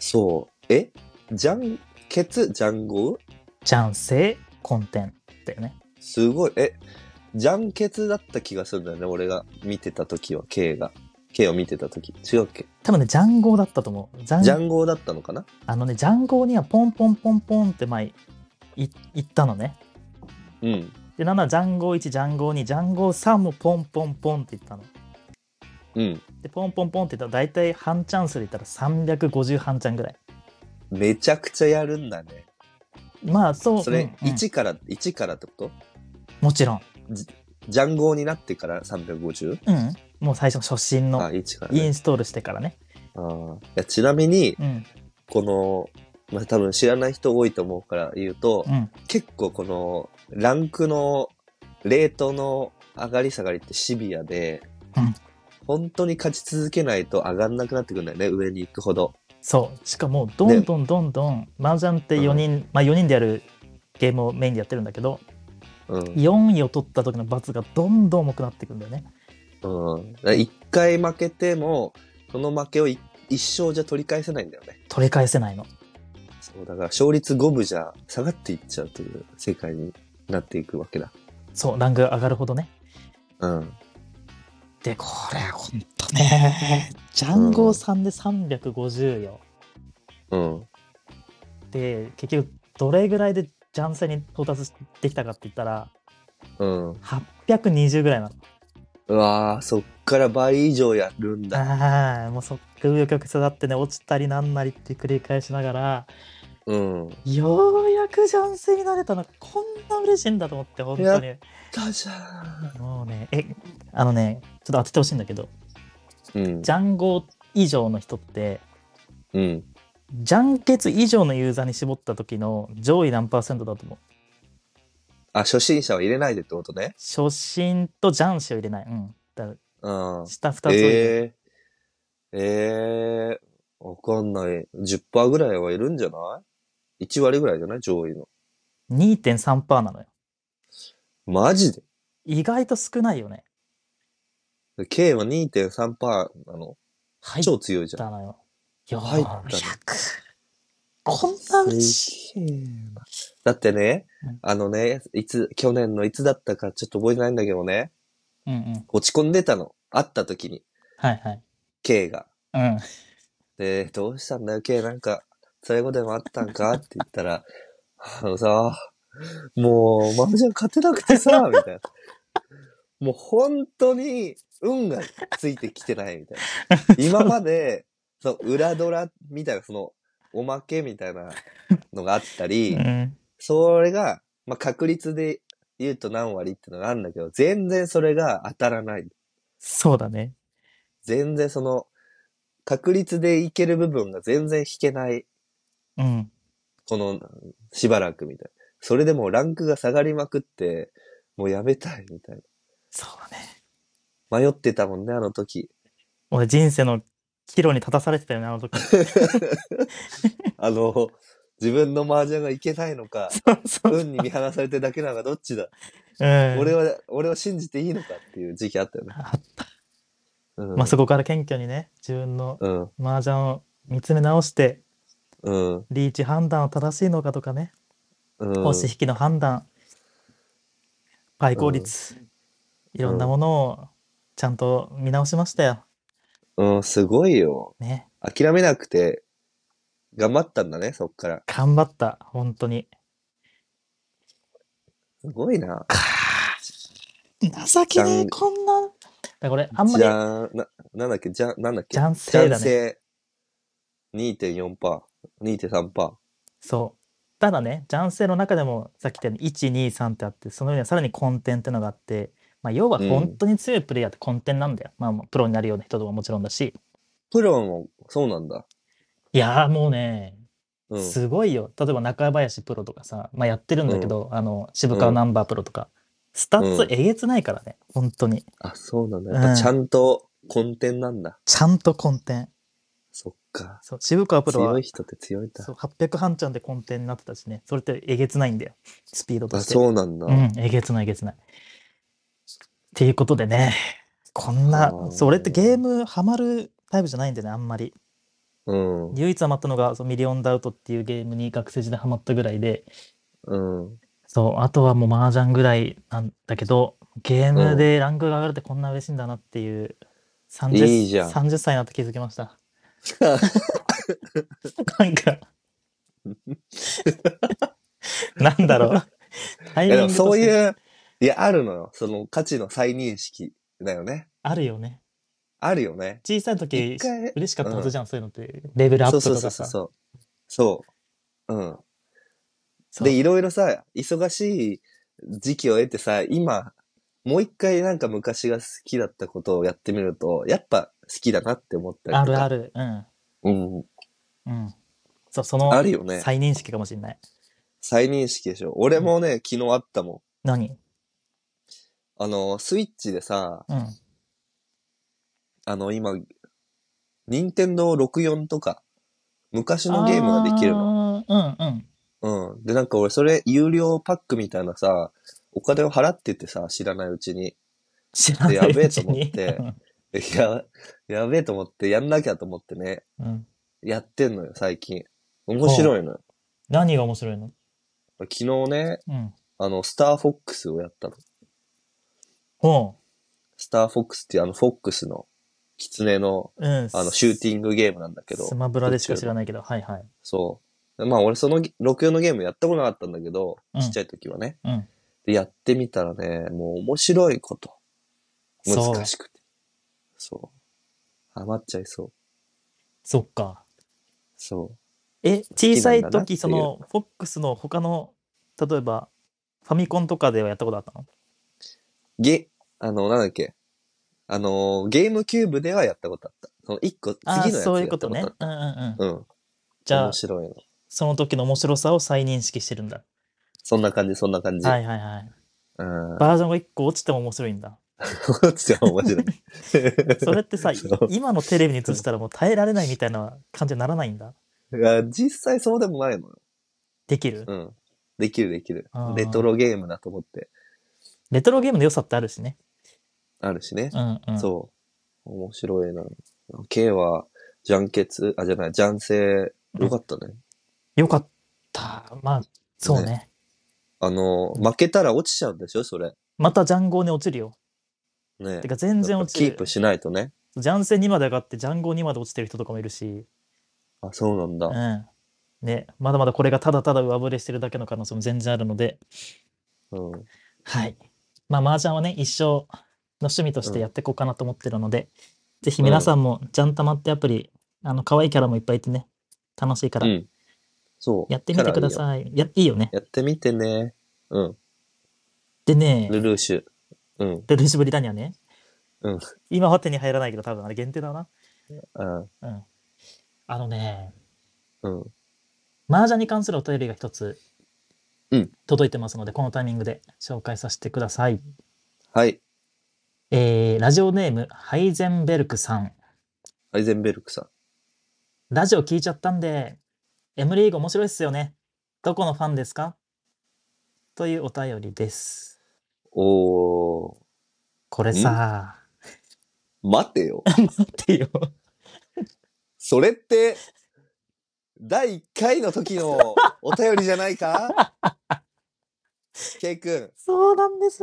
そうえジャンケツジャンゴジャンセイコンテンだよねすごいえジャンケツだった気がするんだよね俺が見てた時は K が K を見てた時違うっけ多分ねジャンゴだったと思うジャンジャンゴだったのかなあのねジャンゴにはポンポンポンポンって前いいったのねうんで、7、ジャンゴ1、ジャンゴ2、ジャンゴ3もポンポンポンって言ったの。うんで、ポンポンポンって言ったら、大体半チャンスで言ったら350半チャンぐらい。めちゃくちゃやるんだねまあ、そう。そうんれうん1から、1からってこともちろん。ジャンゴになってから 350? うん。もう最初の初心あ、の1から、イねン。ストールしてからね。あーいやちなみに、うん。この、まあ、多分知らない人多いと思うから言うと、うん。結構この、ランクの、レートの上がり下がりってシビアで、うん本当に勝ち続けないと上がんなくなってくるんだよね、上に行くほど。そう。しかも、どんどんどんどん、麻雀って4人、まあ4人でやるゲームをメインでやってるんだけど、うん。 4位を取った時の罰がどんどん重くなっていくんだよね。うん、だから一回負けても、その負けをい一生じゃ取り返せないんだよね。取り返せないの。そう、だから勝率5分じゃ下がっていっちゃうという世界になっていくわけだ。そう、ランクが上がるほどね。うん。で、これ、ほんと ね、ジャンゴさんで350よ。うん。で、結局、どれぐらいでジャンセに到達できたかって言ったら、うん。 820ぐらいなの。うわー、そっから倍以上やるんだ。ああ、もうそっか、右曲折ってね、落ちたりなんなりって繰り返しながら、うん。ようやくジャンセになれたの、こんな嬉しいんだと思って、本当に。だじゃもうね、え、あのね、ちょっと当ててほしいんだけど、ーん。うん。ジャンゴ以上の人って、うん。ジャンケツ以上のユーザーに絞った時の上位何パーセントだと思うあ、初心者は入れないでってことね。初心とジャンシを入れない。うん。だかうんら。下2つを入れる。えー、えー、わかんない。10%ぐらいはいるんじゃない ?1 割ぐらいじゃない上位の。 2.3%なのよ。マジで意外と少ないよね。 ?K は2.3%なの入っ超強いじゃん。たのよ。400。入ったのこんなうち。すげえなだってねうん、あのね、いつ、去年のいつだったかちょっと覚えてないんだけどね、うんうん。落ち込んでたの。会った時に、はいはい。 K が。うん。で、どうしたんだよ、K、なんか、辛いことでもあったんかって言ったら、あのさ、もう、マムジャン勝てなくてさ、みたいな。もう本当に、運がついてきてないみたいな。今まで、その裏ドラみたいな、その、おまけみたいなのがあったり、うん。それが、まあ、確率で言うと何割っていうのがあるんだけど、全然それが当たらない。そうだね。全然その、確率でいける部分が全然引けない。うん。この、しばらくみたいな。それでもうランクが下がりまくって、もうやめたいみたいそうだね。な。迷ってたもんね、あの時。俺人生の岐路に立たされてたよね、あの時。あの、自分の麻雀がいけないのか、そうそう。運に見放されてるだけなのかどっちだ。うん、俺は、俺を信じていいのかっていう時期あったよね。あったうん。まあそこから謙虚にね、自分のうん。麻雀を見つめ直して、うん。リーチ判断は正しいのかとかね、うん。押し引きの判断、パイ効率、いろんなものをちゃんと見直しましたよ。うん、すごいよ。ね。諦めなくて、頑張ったんだね、そっから。頑張った、本当に。すごいな。情じけねゃんえ、こんな。だからこれ、あんまじり、ゃん、な、なんだっけ、じゃん、なんだっけ。雀精だね雀精2.4%、2.3%。そう。ただね、男性の中でも、さっき言ったように、1、2、3ってあって、その上にはさらに混点ってのがあって、まあ、要はうん本当に強いプレイヤーって混点なんだよ。まあまあ、プロになるような人とかもちろんだし。プロもそうなんだ。いやーもうね、うん。すごいよ。例えば中林プロとかさ、まあ、やってるんだけど、あの、渋川ナンバープロとか、スタッツえげつないからね、本当に。あ、そうなんだ。やっぱちゃんと根底なんだ。ちゃんと混点。そっか。そう、渋川プロは強い、人って強いんだそう。800半ちゃんで混点になってたしね、それってえげつないんだよ。スピードとあ、して。そうなんだ。うん、えげつないえげつない。っていうことでね、こんなあ、ーそう、俺ってゲームハマるタイプじゃないんでね、あんまり。うん。唯一ハマったのが、そうミリオンダウトっていうゲームに学生時代ハマったぐらいで、うん。そう、あとはもう麻雀ぐらいなんだけど、ゲームでランクが上がるってこんな嬉しいんだなっていう、30, いいじゃん30歳になって気づきま した。なんか、なんだろう。タイいミや、ンでグもとそうしていう、いや、あるのよ。その価値の再認識だよね。あるよね。あるよね。小さい時一回嬉しかったはずじゃん、そういうのってレベルアッそうプそうとそかうさそう。そう。うん。そうで、いろいろさ、忙しい時期を得てさ、今、もう一回なんか昔が好きだったことをやってみると、やっぱ好きだなって思ったりあとるか。あるうんうん。うんそうそのあるよね再認識かもしれない再認識でしょ。俺もね、昨日あったもん。何あの、スイッチでさ、うんあの、今、任天堂64とか、昔のゲームができるの。のうんうんうん。で、なんか俺、それ、有料パックみたいなさ、お金を払っててさ、知らないうちに。 知らないうちにやべえと思っていや、やべえと思って、やんなきゃと思ってね、うんうんやってんのよ、最近。面白いのよ。 何が面白いの昨日ね、うんあの、スターフォックスをやったの。ほスターフォックスっていうあの、フォックスの、狐の、ううんあの、シューティングゲームなんだけどス。マブラでしか知らないけどはいはいそう。まあ俺その64のゲームやったことなかったんだけど、うんちっちゃい時はね。うんで、やってみたらね、もう面白いこと。そう難しくて。そう。ハマっちゃいそう。そっかそえ小さい好きなんだなってい時うそのフォックスの他の例えばファミコンとかではやったことあったのう。ゲ、あの、なんだっけ。あのー、ゲームキューブではやったことあった。その一個、次のあやあつでやったことそうあいっうことねうんうんうんたうん。じゃあ面白いの。その時の面白さを再認識してるんだ。そんな感じ、そんな感じ。はいはいはい。うん。 バージョンが1個落ちても面白いんだ。ちょっと面白い。それってさそう、今のテレビに映したらもう耐えられないみたいな感じにならないんだ。 いや実際そうでもないのよ。できるうん。できるできるあー。レトロゲームだと思って。レトロゲームの良さってあるしね。あるしねう。んうん。そう。面白いな。K は、ジャンケツ、あ、じゃない、ジャンセイ、よかったね。よかった。まあ、そうね。あの、負けたら落ちちゃうんでしょそれ。またジャンゴーに落ちるよ。ねて。か全然落ちキーるプ。しないとね。ジャンセン2まで上がってジャンゴー2まで落ちてる人とかもいるし。あ、そうなんうだ。ん。ね、まだまだこれがただただ上振れしてるだけの可能性も全然あるので、うん。はい。まあ、麻雀はね、一生の趣味としてやっていこうかなと思ってるので、ぜひ皆さんも、ジャンタマってアプリ、あの、可愛いキャラもいっぱいいてね、楽しいからう、ん。そう。やってみてくだキャラいいよさい。や、いいよね。やってみてね。うん。でね、ルルーシュ。うん。ルルーシュブリタニアね。うん。今は手に入らないけど、多分あれ限定だな。あうん。あのね、うん。麻雀に関するお便りが一つうん、届いてますので、このタイミングで紹介させてください。はい。えー、ラジオネーム、ハイゼンベルクさん。アイゼンベルクさん。ラジオ聞いちゃったんで、 M リーグ面白いっすよね。どこのファンですかというお便りです。おー。これさ、待てよ。待ってよ。それって、第1回の時のお便りじゃない かケイ君。そうなんです。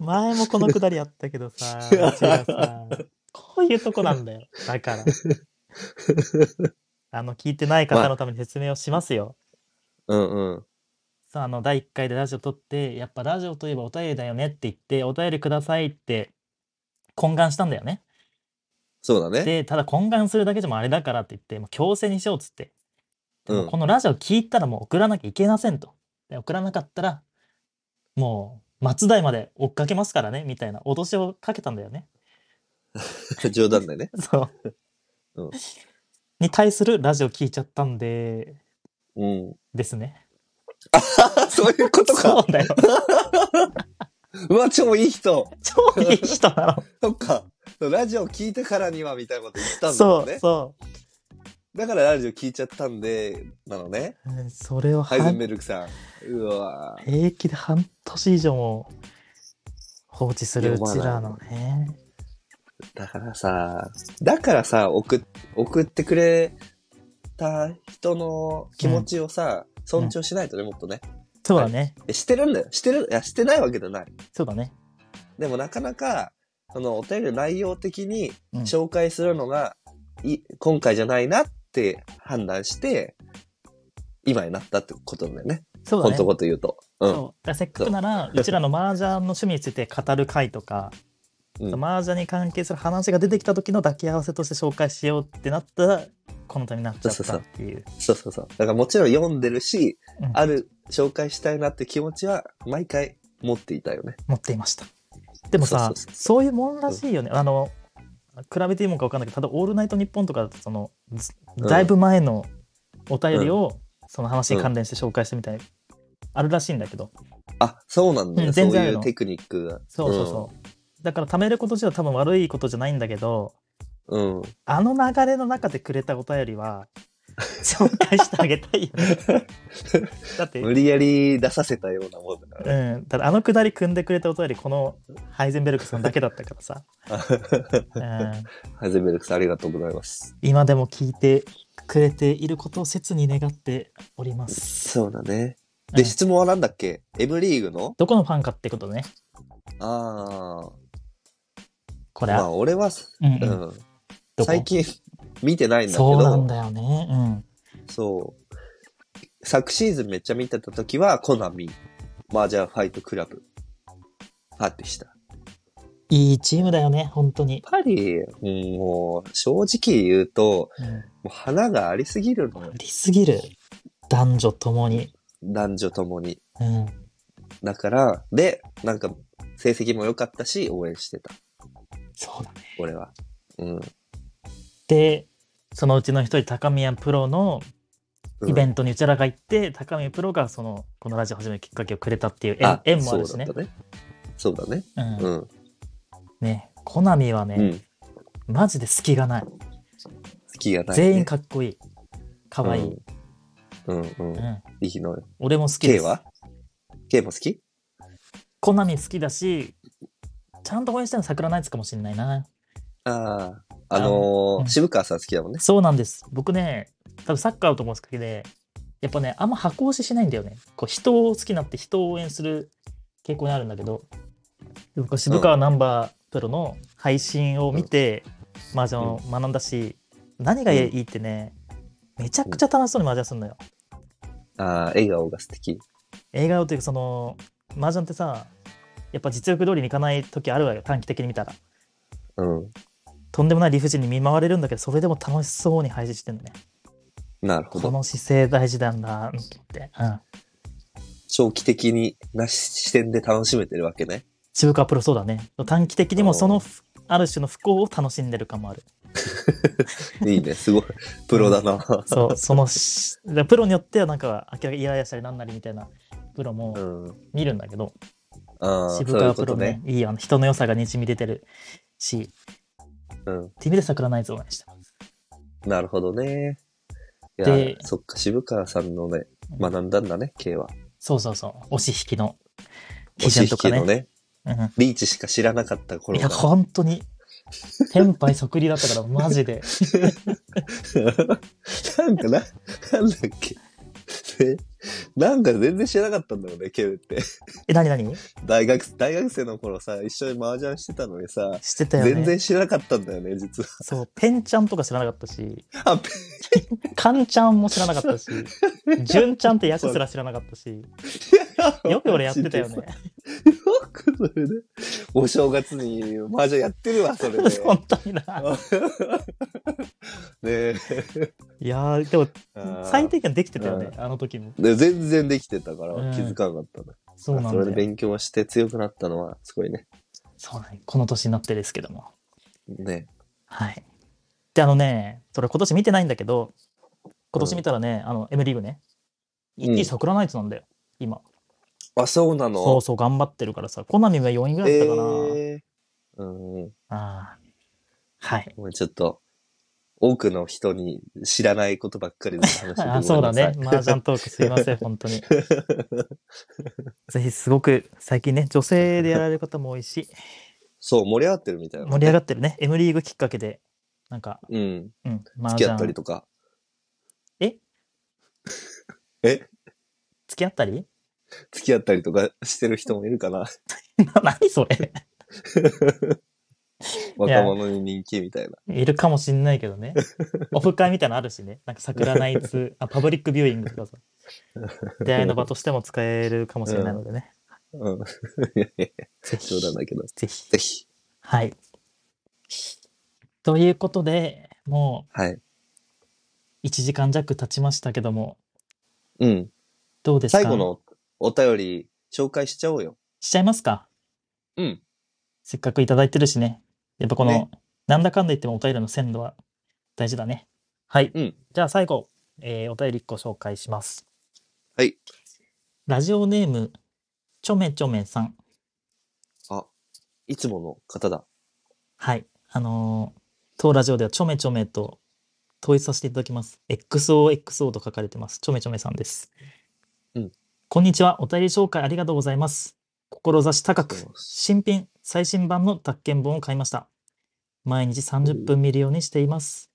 前もこのくだりあったけどさ、うちがさ、こういうとこなんだよ。だから。あの、聞いてない方のために説明をしますよ。うんうん。さあ、あの、第1回でラジオ撮って、やっぱラジオといえばお便りだよねって言って、お便りくださいって懇願したんだよね。そうだね。で、ただ懇願するだけじゃもうあれだからって言って、もう強制にしようっつって。でうもんこのラジオ聞いたらもう送らなきゃいけませんと。で送らなかったら、もう松代まで追っかけますからね、みたいな脅しをかけたんだ よね。冗談だよね。そう。うんに対するラジオ聞いちゃったんで、うん。ですね。 そういうことそか。う だよ。うわ、超いい人。超いい人なそっか。ラジオ聞いたからにはみたいなこと言ったんの。だそもんう、ね。そだからラジオ聞いちゃったんで、なのね。ううん。それをハイゼン半ベルクさん。うわぁ平気で半年以上も放置するうちらのね。だからさ、だからさ、送っ送ってくれた人の気持ちをさ、尊重しないとね、もっとね。そうだね。えしてるんだよ。してる、いや、してないわけじゃない。そうだね。でもなかなか、そのお便りの内容的にうん紹介するのが、い今回じゃないなって判断して、今になったってことだよね。そうだ本ね。当こと言うと。うん。そうだからせっかくならうちらの麻雀の趣味について語る回とか、うんそう麻雀に関係する話が出てきた時の抱き合わせとして紹介しようってなったらこのためになっちゃったっていうそうそうそう。だからもちろん読んでるし、うんある紹介したいなって気持ちは毎回持っていたよね。持っていましたでもさそうそうそうそういうもんらしいよねあの比べていいもんか分かんないけどただ「オールナイトニッポン」とかだとそのずうんだいぶ前のお便りを、その話に関連して紹介してみたい、あるらしいんだけどあ、そうなんだよ。うんそう全然あいるうのテクニックが。そうそうそう、だから貯めること自体は多分悪いことじゃないんだけどうん。うん。あの流れの中でくれたお便りは、 紹介してあげたいよ ね。だって、う無理やり出させたようなもんだからね。ん、ただあのくだり組んでくれたお便り、このハイゼンベルクさんだけだったから さ、うん、ハイゼンベルクさんありがとうございます。今でも聞いてくれていることを切に願っております。そうだね。うで、ん質問はなんだっけ ?M リーグのどこのファンかってことね、あこあ。れまはあ、。俺は、うんうんうん。どこ最近見てないんだけど。そうなんだよね。うん。そう。昨シーズンめっちゃ見てた時は、コナミ、マージャーファイトクラブ、パーティーした。いいチームだよね、本当に。パリ、うんもう、正直言うと、うん、もう花がありすぎるのよあ。りすぎる。男女ともに。男女ともに。うん。だから、で、なんか、成績も良かったし、応援してた、そうだね俺は。うん。でそのうちの一人高宮プロのイベンントにうちらが行って、高宮プロがそのこのラジオ始めるきっかけをくれたっていう縁縁もあるしねそうだったね。そうだね。うんうん。ねコナミはうね、ん。マジで隙がない好きがない、全員かっこいいか可わい愛い、うんうん。ううんん、いいのよ。俺も好きで K すは ?K も好きコナミ好きだしちゃんと応援したの桜ナイツかもしれないなああ。ああのーうん渋川さん好きだもんね。そうなんです僕ね多分サッカーとも好きでやっぱねあんま箱押ししないんだよねこう人を好きになって人を応援する傾向にあるんだけど僕は渋川ナンバープロの配信を見て、麻雀を学んだし、何がいいってねめちゃくちゃ楽しそうに麻雀するのよ、ああ、笑顔が素敵。映画をというかその麻雀ってさやっぱ実力通りにいかない時あるわよ短期的に見たらうん。とんでもない理不尽に見舞われるんだけどそれでも楽しそうに配信してるのねなるほこど。の姿勢大事なんだと思って、うん、長期的になし視点で楽しめてるわけね。中華プロそうだね短期的におもーそのふある種の不幸を楽しんでる感もあるいい ね。すごい。プロだな。そうそのしでプロによってはなんか明らかにイライラしたりなんなりみたいなプロうもん。見るんだけど、ああ、そう渋いう川こプとロねね。いいよあの人の良さがにじみ出てるしうん。 TV で桜ナイツを応援してますなるほどね。いやでー、そっか、渋川さんのね、学んだんだね、K は。そうそうそう。押し引きの基押準しと引かきね。のね、うんリーチしか知らなかった頃いや、が。本当に。天敗即離だったから、マジで。 なんかな、なんだっけ。ねなんか全然知らなかったんだよね、ケルって。 え、なになに大学、大学生の頃さ、一緒に麻雀してたのにさ、してたよね。全然知らなかったんだよね、実は。そう、ペンちゃんとか知らなかったし、あ、ペカンちゃんも知らな かったし、ジュンちゃんって役すら知らなかったし、ンよく俺やってたよね。。よくそれで。お正月に麻雀やってるわ、そ れで。本当にな。ねいやー、でもえ。最低限できてたよね、あの時も。で全然できてたからうん気づかなかったねそうなんそれでだよ。勉強して強くなったのはすごいね。そうなんよこの年になってですけども。ね。はい。で、あのね、それ今年見てないんだけど、今年見たらね、あの、M リーグね、うん1位桜ナイツなんだよ、今。あ、そうなそのうそう、頑張ってるからさ、コナミが4位ぐらいだったかな。えーうん。あーはい。もうちょっと、多くの人に知らないことばっかりの話してごめんなさい あそうだね。麻雀トークすいま せん、本当に。ぜひ、すごく、最近ね、女性でやられる方も多いし、そう、盛り上がってるみたいな。盛り上がってるね。M リーグきっかけで、なんか、うん。うん、麻付き雀合ったりとか。ええ付き合ったり 付き合ったりとかしてる人もいるかな何それ若者に人気みたいな。いるかもしんないけ どね。オフ会みたいなのあるしね。なんか桜ナイツ、あ、パブリックビューイングと かさ。出会いの場としても使えるかもしれないのでね。うん。 ぜひ冗談だけど。ぜひ。ぜひ。はい。ということで、もはい。う1時間弱経ちましたけども、うん。どうですか最後のお便り紹介しちゃおうよ。しちゃいますかうん。せっかくいただいてるしね。やっぱこの、ねなんだかんだ言ってもお便りの鮮度は大事だね。はい。うんじゃあ最後、えーお便り1個紹介します。はい。ラジオネーム、ちょめちょめさん。いつもの方だ。はい。あのー当ラジオではちょめちょめと統一させていただきます。XOXO と書かれてます。ちょめちょめさんです。うん。こんにちは。お便り紹介ありがとうございます。志高くありがとうござい、ます新品、最新版の宅建本を買いました。毎日30分見るようにしています。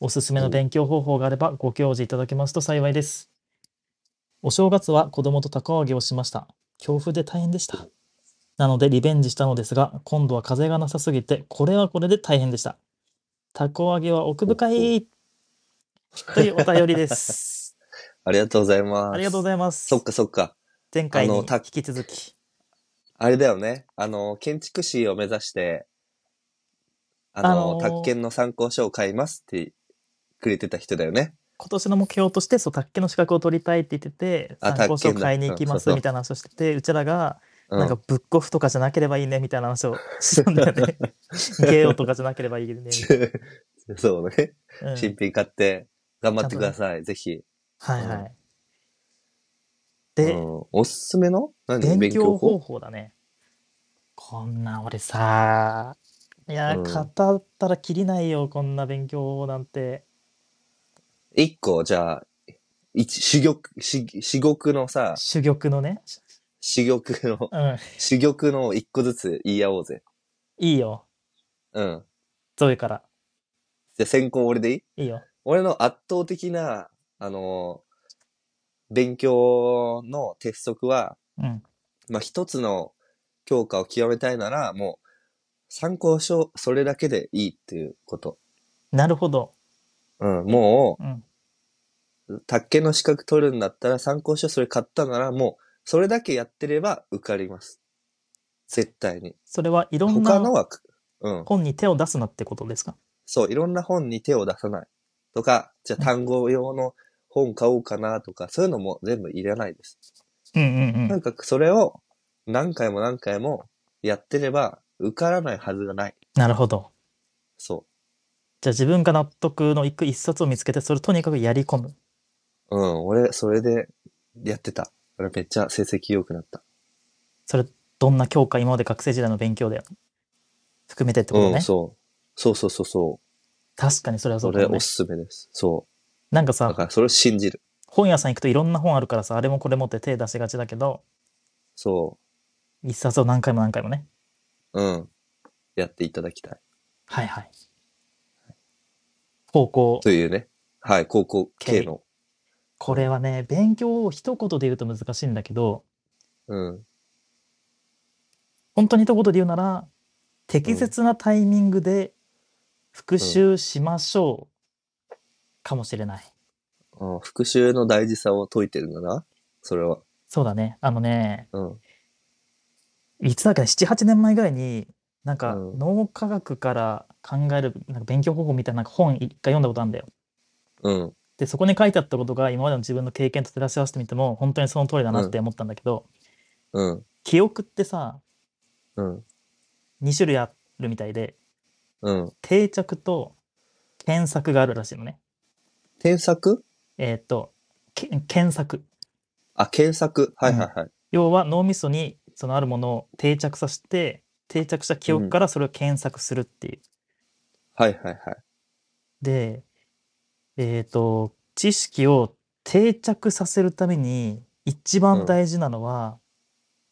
おすすめの勉強方法があればご教示いただけますと幸いです。お正月は子供と高揚げをしました。強風で大変でした。なのでリベンジしたのですが、今度は風がなさすぎて、これはこれで大変でした。たこ揚げは奥深いというお便 りです。ありがとうございます。ありがとうごいざいますそっ。かそっか。前回にあ引のたき続き。あれだよね。あの、建築士を目指して、あの、あのー宅建の参考書を買いますってくれてた人だよね。今年の目標として、そう、卓球の資格を取りたいって言ってて、あ参考書を卓研だ買いに行きまうすんそうそうみたいな話をしてて、うちらが、うん。なんかブックオフとかじゃなければいいねみたいな話をしたんだよね。ゲオとかじゃなければいいねみたい そうね。な。うん新品買って、頑張ってください。ぜひ。はいはい。うで、ん、おすすめの何勉強法方法だね。こんな俺さ、いやうんー、語ったらきりないよ、こんな勉強法なんて。一個、じゃあ、一、主玉、し主玉のさ、主玉のね。主玉の、うん。主玉の一個ずつ言い合おうぜ。いいよ。うん。ゾエから。じゃあ先行俺でいいいいよ。俺の圧倒的な、あのー勉強の鉄則は、うん。まあ、一つの教科を極めたいなら、もう、参考書、それだけでいいっていうこと。なるほど。うん、もうん。う、宅建の資格取るんだったら、参考書それ買ったなら、もう、それだけやってれば受かります。絶対に。それはいろん他のなは、うん。本に手を出すなってことですかそう、いろんな本に手を出さない。とか、じゃあ単語用の本買おうかなとか、そういうのも全部いらないです。うんうんう。なんんかそれを何回も何回もやってれば受からないはずがない。なるほど。そじゃあ自分が納得のいく一冊を見つけて、それとにかくやり込む。う。うん、俺、それでやってた。俺めっちゃ成績良くなった。それ、どんな教科今まで学生時代の勉強だよ。含めてってことね。うん、そう。そうそうそうそう。確かにそれはそそうだれよねおすすめです。そなんかださ、からそれを信じる。本屋さん行くといろんな本あるからさ、あれもこれもって手出しがちだけど、そ一冊を何回も何回もね。う。うん。やっていただきたい。はいはい。高校、というね。はい。高校系の。これはね、勉強を一言で言うと難しいんだけど、うん。本当に一言で言うなら、適切なタイミングで復習しましょうかもしれない。あ復習の大事さを解いてるんだな。それは。そうだね。あのね、うん。いつだっけね、7、8年前ぐらいに、なんかうん脳科学から考えるなんか勉強方法みたいななんか本一回読んだことあるんだよ。うん。で、そこに書いてあったことが今までの自分の経験と照らし合わせてみても、本当にその通りだなって思ったんだけど、うん。記憶ってさ、うん。 2種類あるみたいで、うん。定着と検索があるらしいのね。添削えーっと、け検索。あ、検索。はいはいはい。要は脳みそにそのあるものを定着させて、定着した記憶からそれを検索するっていう。はいはいはい。で、えっ、と、知識を定着させるために一番大事なのは、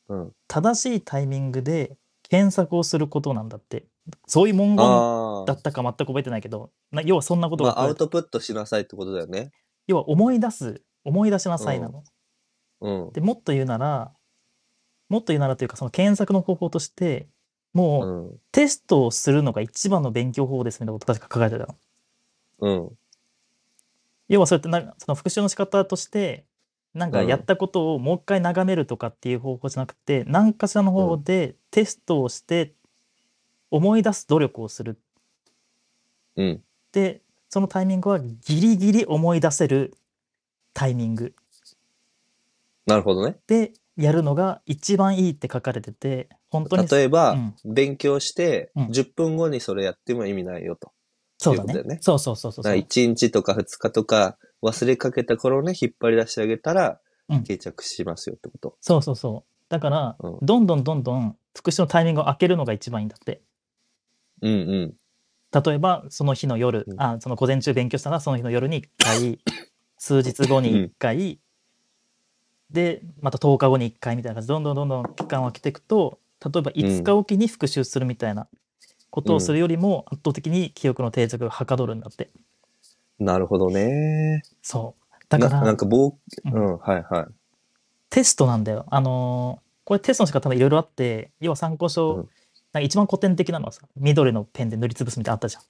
うん。正しいタイミングで検索をすることなんだって。そういう文言あだったか全く覚えてないけど、な要はそんなこあ。とまがあ、ア書いウてある、トプットしなさいってことだよね。要は思い出す、思い出しなさいなの。うん。で、もっと言うなら、もっと言うならというか、その検索の方法として、もう、うん。テストをするのが一番の勉強法ですみたいなこと確か書かれてたの。うん。要はそうやってなんかその復習の仕方としてなんかうんやったことをもう一回眺めるとかっていう方法じゃなくて何かしらの方法でテストをして思い出す努力をするうん。でそのタイミングはギリギリ思い出せるタイミングなるほどね。でやるのが一番いいって書かれてて本当に例えば、うん勉強して、うん10分後にそれやっても意味ないよと。そうだっていうこねとだよねそうそうそうそうだから1日とか2日とか忘れかけた頃ね、引っ張り出してあげたらうん、定着しますよってこと。そうそうそうだからうんどんどんどんどん復習のタイミングを空けるのが一番いいんだってうんうん。例えばその日の夜、うんあその午前中勉強したらその日の夜に1回 数日後に1回、でまた10日後に1回みたいな感じでどんどんどんどん期間を空けていくと例えば5日おきに復習するみたいなことをするよりも圧倒的に記憶の定着がはかどるんだってなるほどね。そうだからななんかぼうう、んうん、はいはい。テストなんだよあのーこれテストの仕方もいろいろあって要は参考書、うんなんか一番古典的なのはさ緑のペンで塗りつぶすみたいなのあったじゃん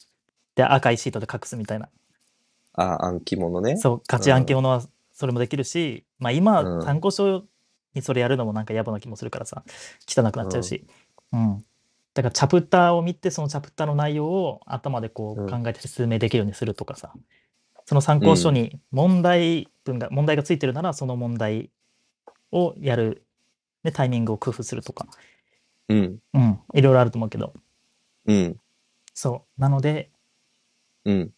で赤いシートで隠すみたいなあ、暗記物ね。そう、勝ち暗記ものはそれもできるし、まあう今、ん参考書にそれやるのもなんか野暮な気もするからさ、汚くなっちゃうし。うん。だからチャプターを見て、そのチャプターの内容を頭でこううん考えて説明できるようにするとかさ、その参考書に問題文が、問題がついてるなら、その問題をやる、で、タイミングを工夫するとか、うん。うん、いろいろあると思うけど、うん。そう。なので、うん。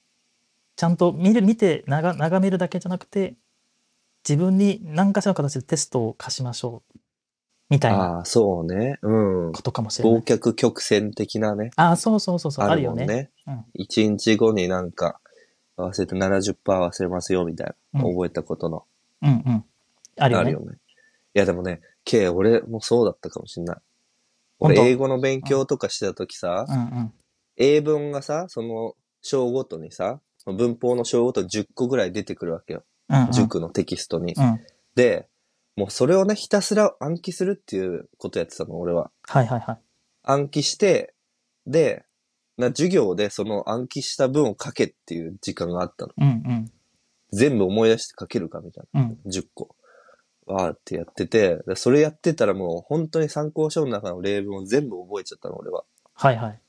ちゃんと見る見て眺眺めるだけじゃなくて自分に何かしらの形でテストを課しましょうみたいなああ、そうね。うん。ことかもしれな忘い。却曲線的なね。ああそうそうそうそうあるもよんね。ね。うん1日後になんか忘れて70%忘れますよみたいな。うん覚えたことの。うんうん。あるよあね。るよね。いやでもね、K、俺もそうだったかもしんない。本俺当英語の勉強とかしてた時さ、うんうん。英文がさ、その章ごとにさ、文法の章ごとに10個ぐらい出てくるわけよ。うんうん。塾のテキストに。うん。で、もうそれをね、ひたすら暗記するっていうことやってたの、俺は。はいはいはい。暗記して、で、な授業でその暗記した文を書けっていう時間があったの。うん全部思い出して書けるかみたいうん。うん。な。10個。わーってやってて、でそれやってたらもう本当に参考書の中の例文を全部覚えちゃったの、俺は。はいはい。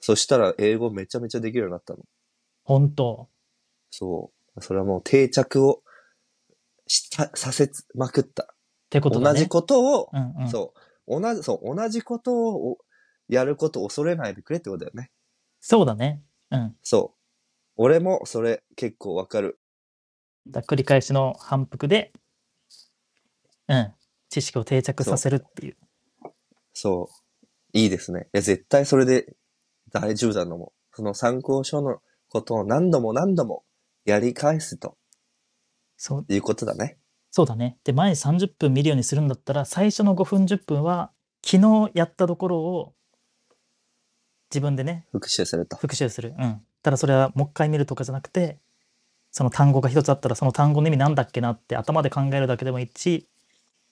そしたら英語めちゃめちゃできるようになったの。本当。そう。それはもう定着をした、させつまくった。ってことだ同ね。じことを、うんうん。そう。同じ、そう、同じことをおやることを恐れないでくれってことだよね。そうだね。うん。そう。俺もそれ結構わかる。だから繰り返しの反復で、うん。知識を定着させるっていう。そう。いいですね。いや、絶対それで大丈夫だのも。その参考書のことを何度も何度もやり返すとそう、いうことだね。そうだね。で、前30分見るようにするんだったら、最初の5分、10分は、昨日やったところを、自分でね、復習すると。復習する。うん。ただそれはもう一回見るとかじゃなくて、その単語が一つあったら、その単語の意味なんだっけなって頭で考えるだけでもいいし、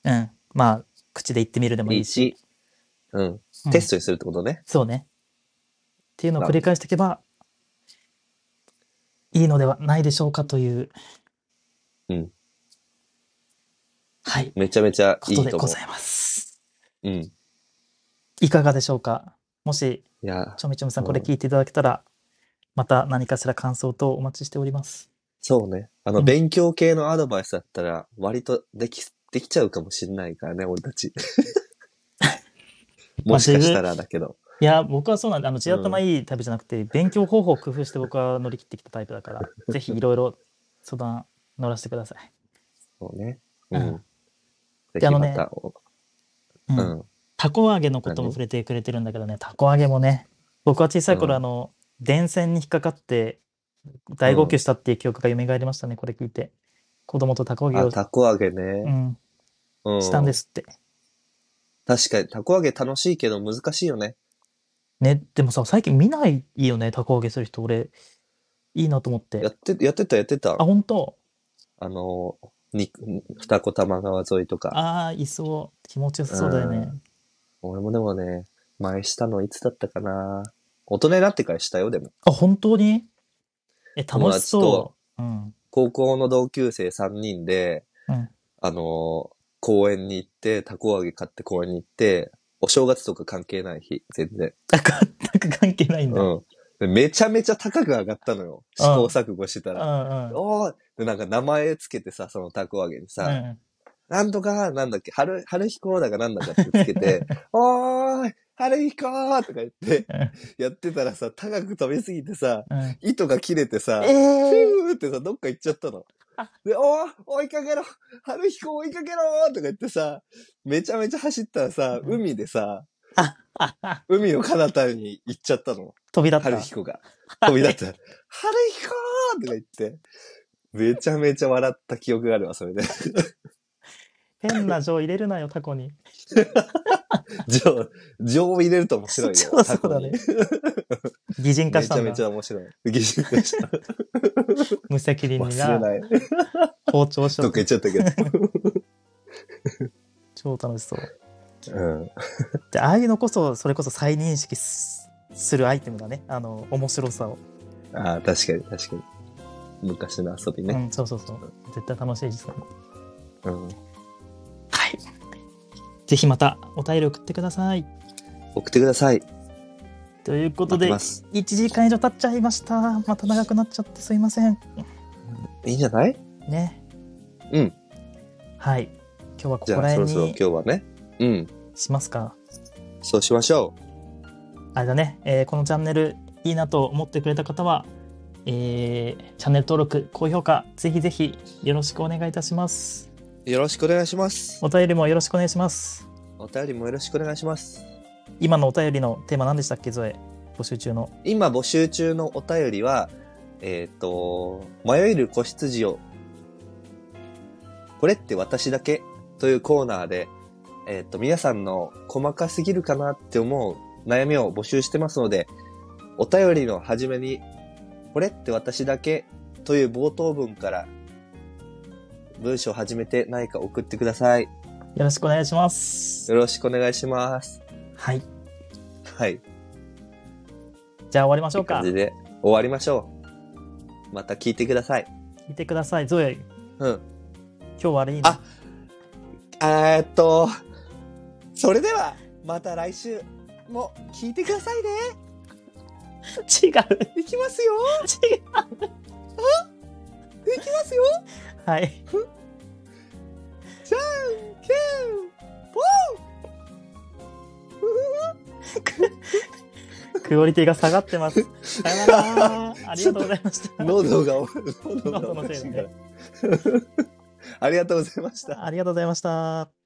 うん。まあ、口で言ってみるでもいいし。一、うん。うんテストにするってことね。そうね。っていうのを繰り返していけば、いいのではないでしょうかという。うん。はい。めちゃめちゃこいいとでとご思ざいます。う。うん。いいかがでしょうかもし、や、ちょみちょみさんうんこれ聞いていただけたら、また何かしら感想とお待ちしております。そうね。あの、うん勉強系のアドバイスだったら、割とでき、できちゃうかもしれないからね、俺た ち。もしかしたらだけど。いや、僕はそうなんで、あの、地頭いいタイプじゃなくて、勉強方法を工夫して僕は乗り切ってきたタイプ だから、ぜひいろいろ相談乗らせてください。そうね。ううんん。ぜでひあのねまた、おうんうん。たこ揚げのことも触れてくれてるんだけどね、たこ揚げもね、僕は小さいう頃、んあの、電線に引っかかって、大号泣したっていう記憶が蘇りましたね、これ聞いて。子供とたこ揚げあ、を、たこ揚げうね。ん、うしたんで。すって。確かに、たこ揚げ楽しいけど難しいよね。ね、でもさ、最近見ないよね、たこ揚げする人、俺、いいなと思ってや。って、やってた、やってたあ、。本当あの、に、二子玉川沿いとか。ああ、いそう。気持ちよさそうだよね。うん俺もでもね、前したのいつだったかな。大人になってからしたよ、でも。あ、本当にえ、友楽し達とそう。うん。高校の同級生3人で、うん。あのー公園に行って、たこ揚げ買って公園に行って、お正月とか関係ない日、全然。あ全く関係ないんだ。ううんん。でめちゃめちゃ高く上がったのよ。試行錯誤してたうら。んうん。おーで、なんか名前つけてさ、そのたこ揚げにさ、うんなんとか、なんだっけ、春、春彦だかなんだかってつけて、 おーい、春彦ーとか言って、やってたらさ、高く飛びすぎてさ、うんうん。糸が切れてさ、ピええューってさ、どっか行っちゃったのあ。で、おー追いかけろ春彦追いかけろとか言ってさ、めちゃめちゃ走ったらさ、うん海でさ、あああ海の彼方に行っちゃったの。飛び立春っ彦が。飛び立って、春彦ーとか言って、めちゃめちゃ笑った記憶があるわ、それで。 た。 変な情入れるなよ、タコに。情、情を入れると面白い そうよ。そうだね過去に。擬人化めしちたゃんめちだ。ゃ面白い。疑心暗鬼した無責任に忘れなない。包丁しどよっうか行っちゃったけど。超楽しそう。うん。で、ああいうのこそ、それこそ再認識すするアイテムだね。あの、面白さを。ああ、確かに、確かに。昔の遊びうね。ん、そうそうそう。絶対楽しいですよ。うん。はい。ぜひまたお便り送ってください。送ってください。というこ待とってで、ます。 1時間以上経っちゃいました。また長くなっちゃってすいません。いいんじゃないね。うん。はい。今日はこじこゃあ、らそろ辺そろに今日はね。うん。しますか。そうしましょあれだね、えーこのチャンネルいいなと思ってくれた方は、えーチャンネル登録、高評価、ぜひぜひよろしくお願いいたします。う。よろしくお願いします。お便りもよろしくお願いします。お便りもよろしくお願いします。今のお便りのテーマ何でしたっけ、ゾエ募集中の。今募集中のお便りは、えっ、と、迷える子羊を、これって私だけというコーナーで、えっ、と、皆さんの細かすぎるかなって思う悩みを募集してますので、お便りの初めに、これって私だけという冒頭文から、文章を始めて何か送ってください。よろしくお願いします。よろしくお願いします。はい。はい。じゃあ終わりましょうか感。じで終わりましょう。また聞いてください。聞いてください。ゾエ、うん。今日はあれいいなあえーっと、それでは、また来週も聞いてくださいね。違 う。いきますよ。違いう。きますよ。はい。じゃんけん。クオリティが下がってます。さよな ら。ありがとうございました。喉が、喉が喉のおかせしいいだからね。ありがとうございました。ありがとうございました。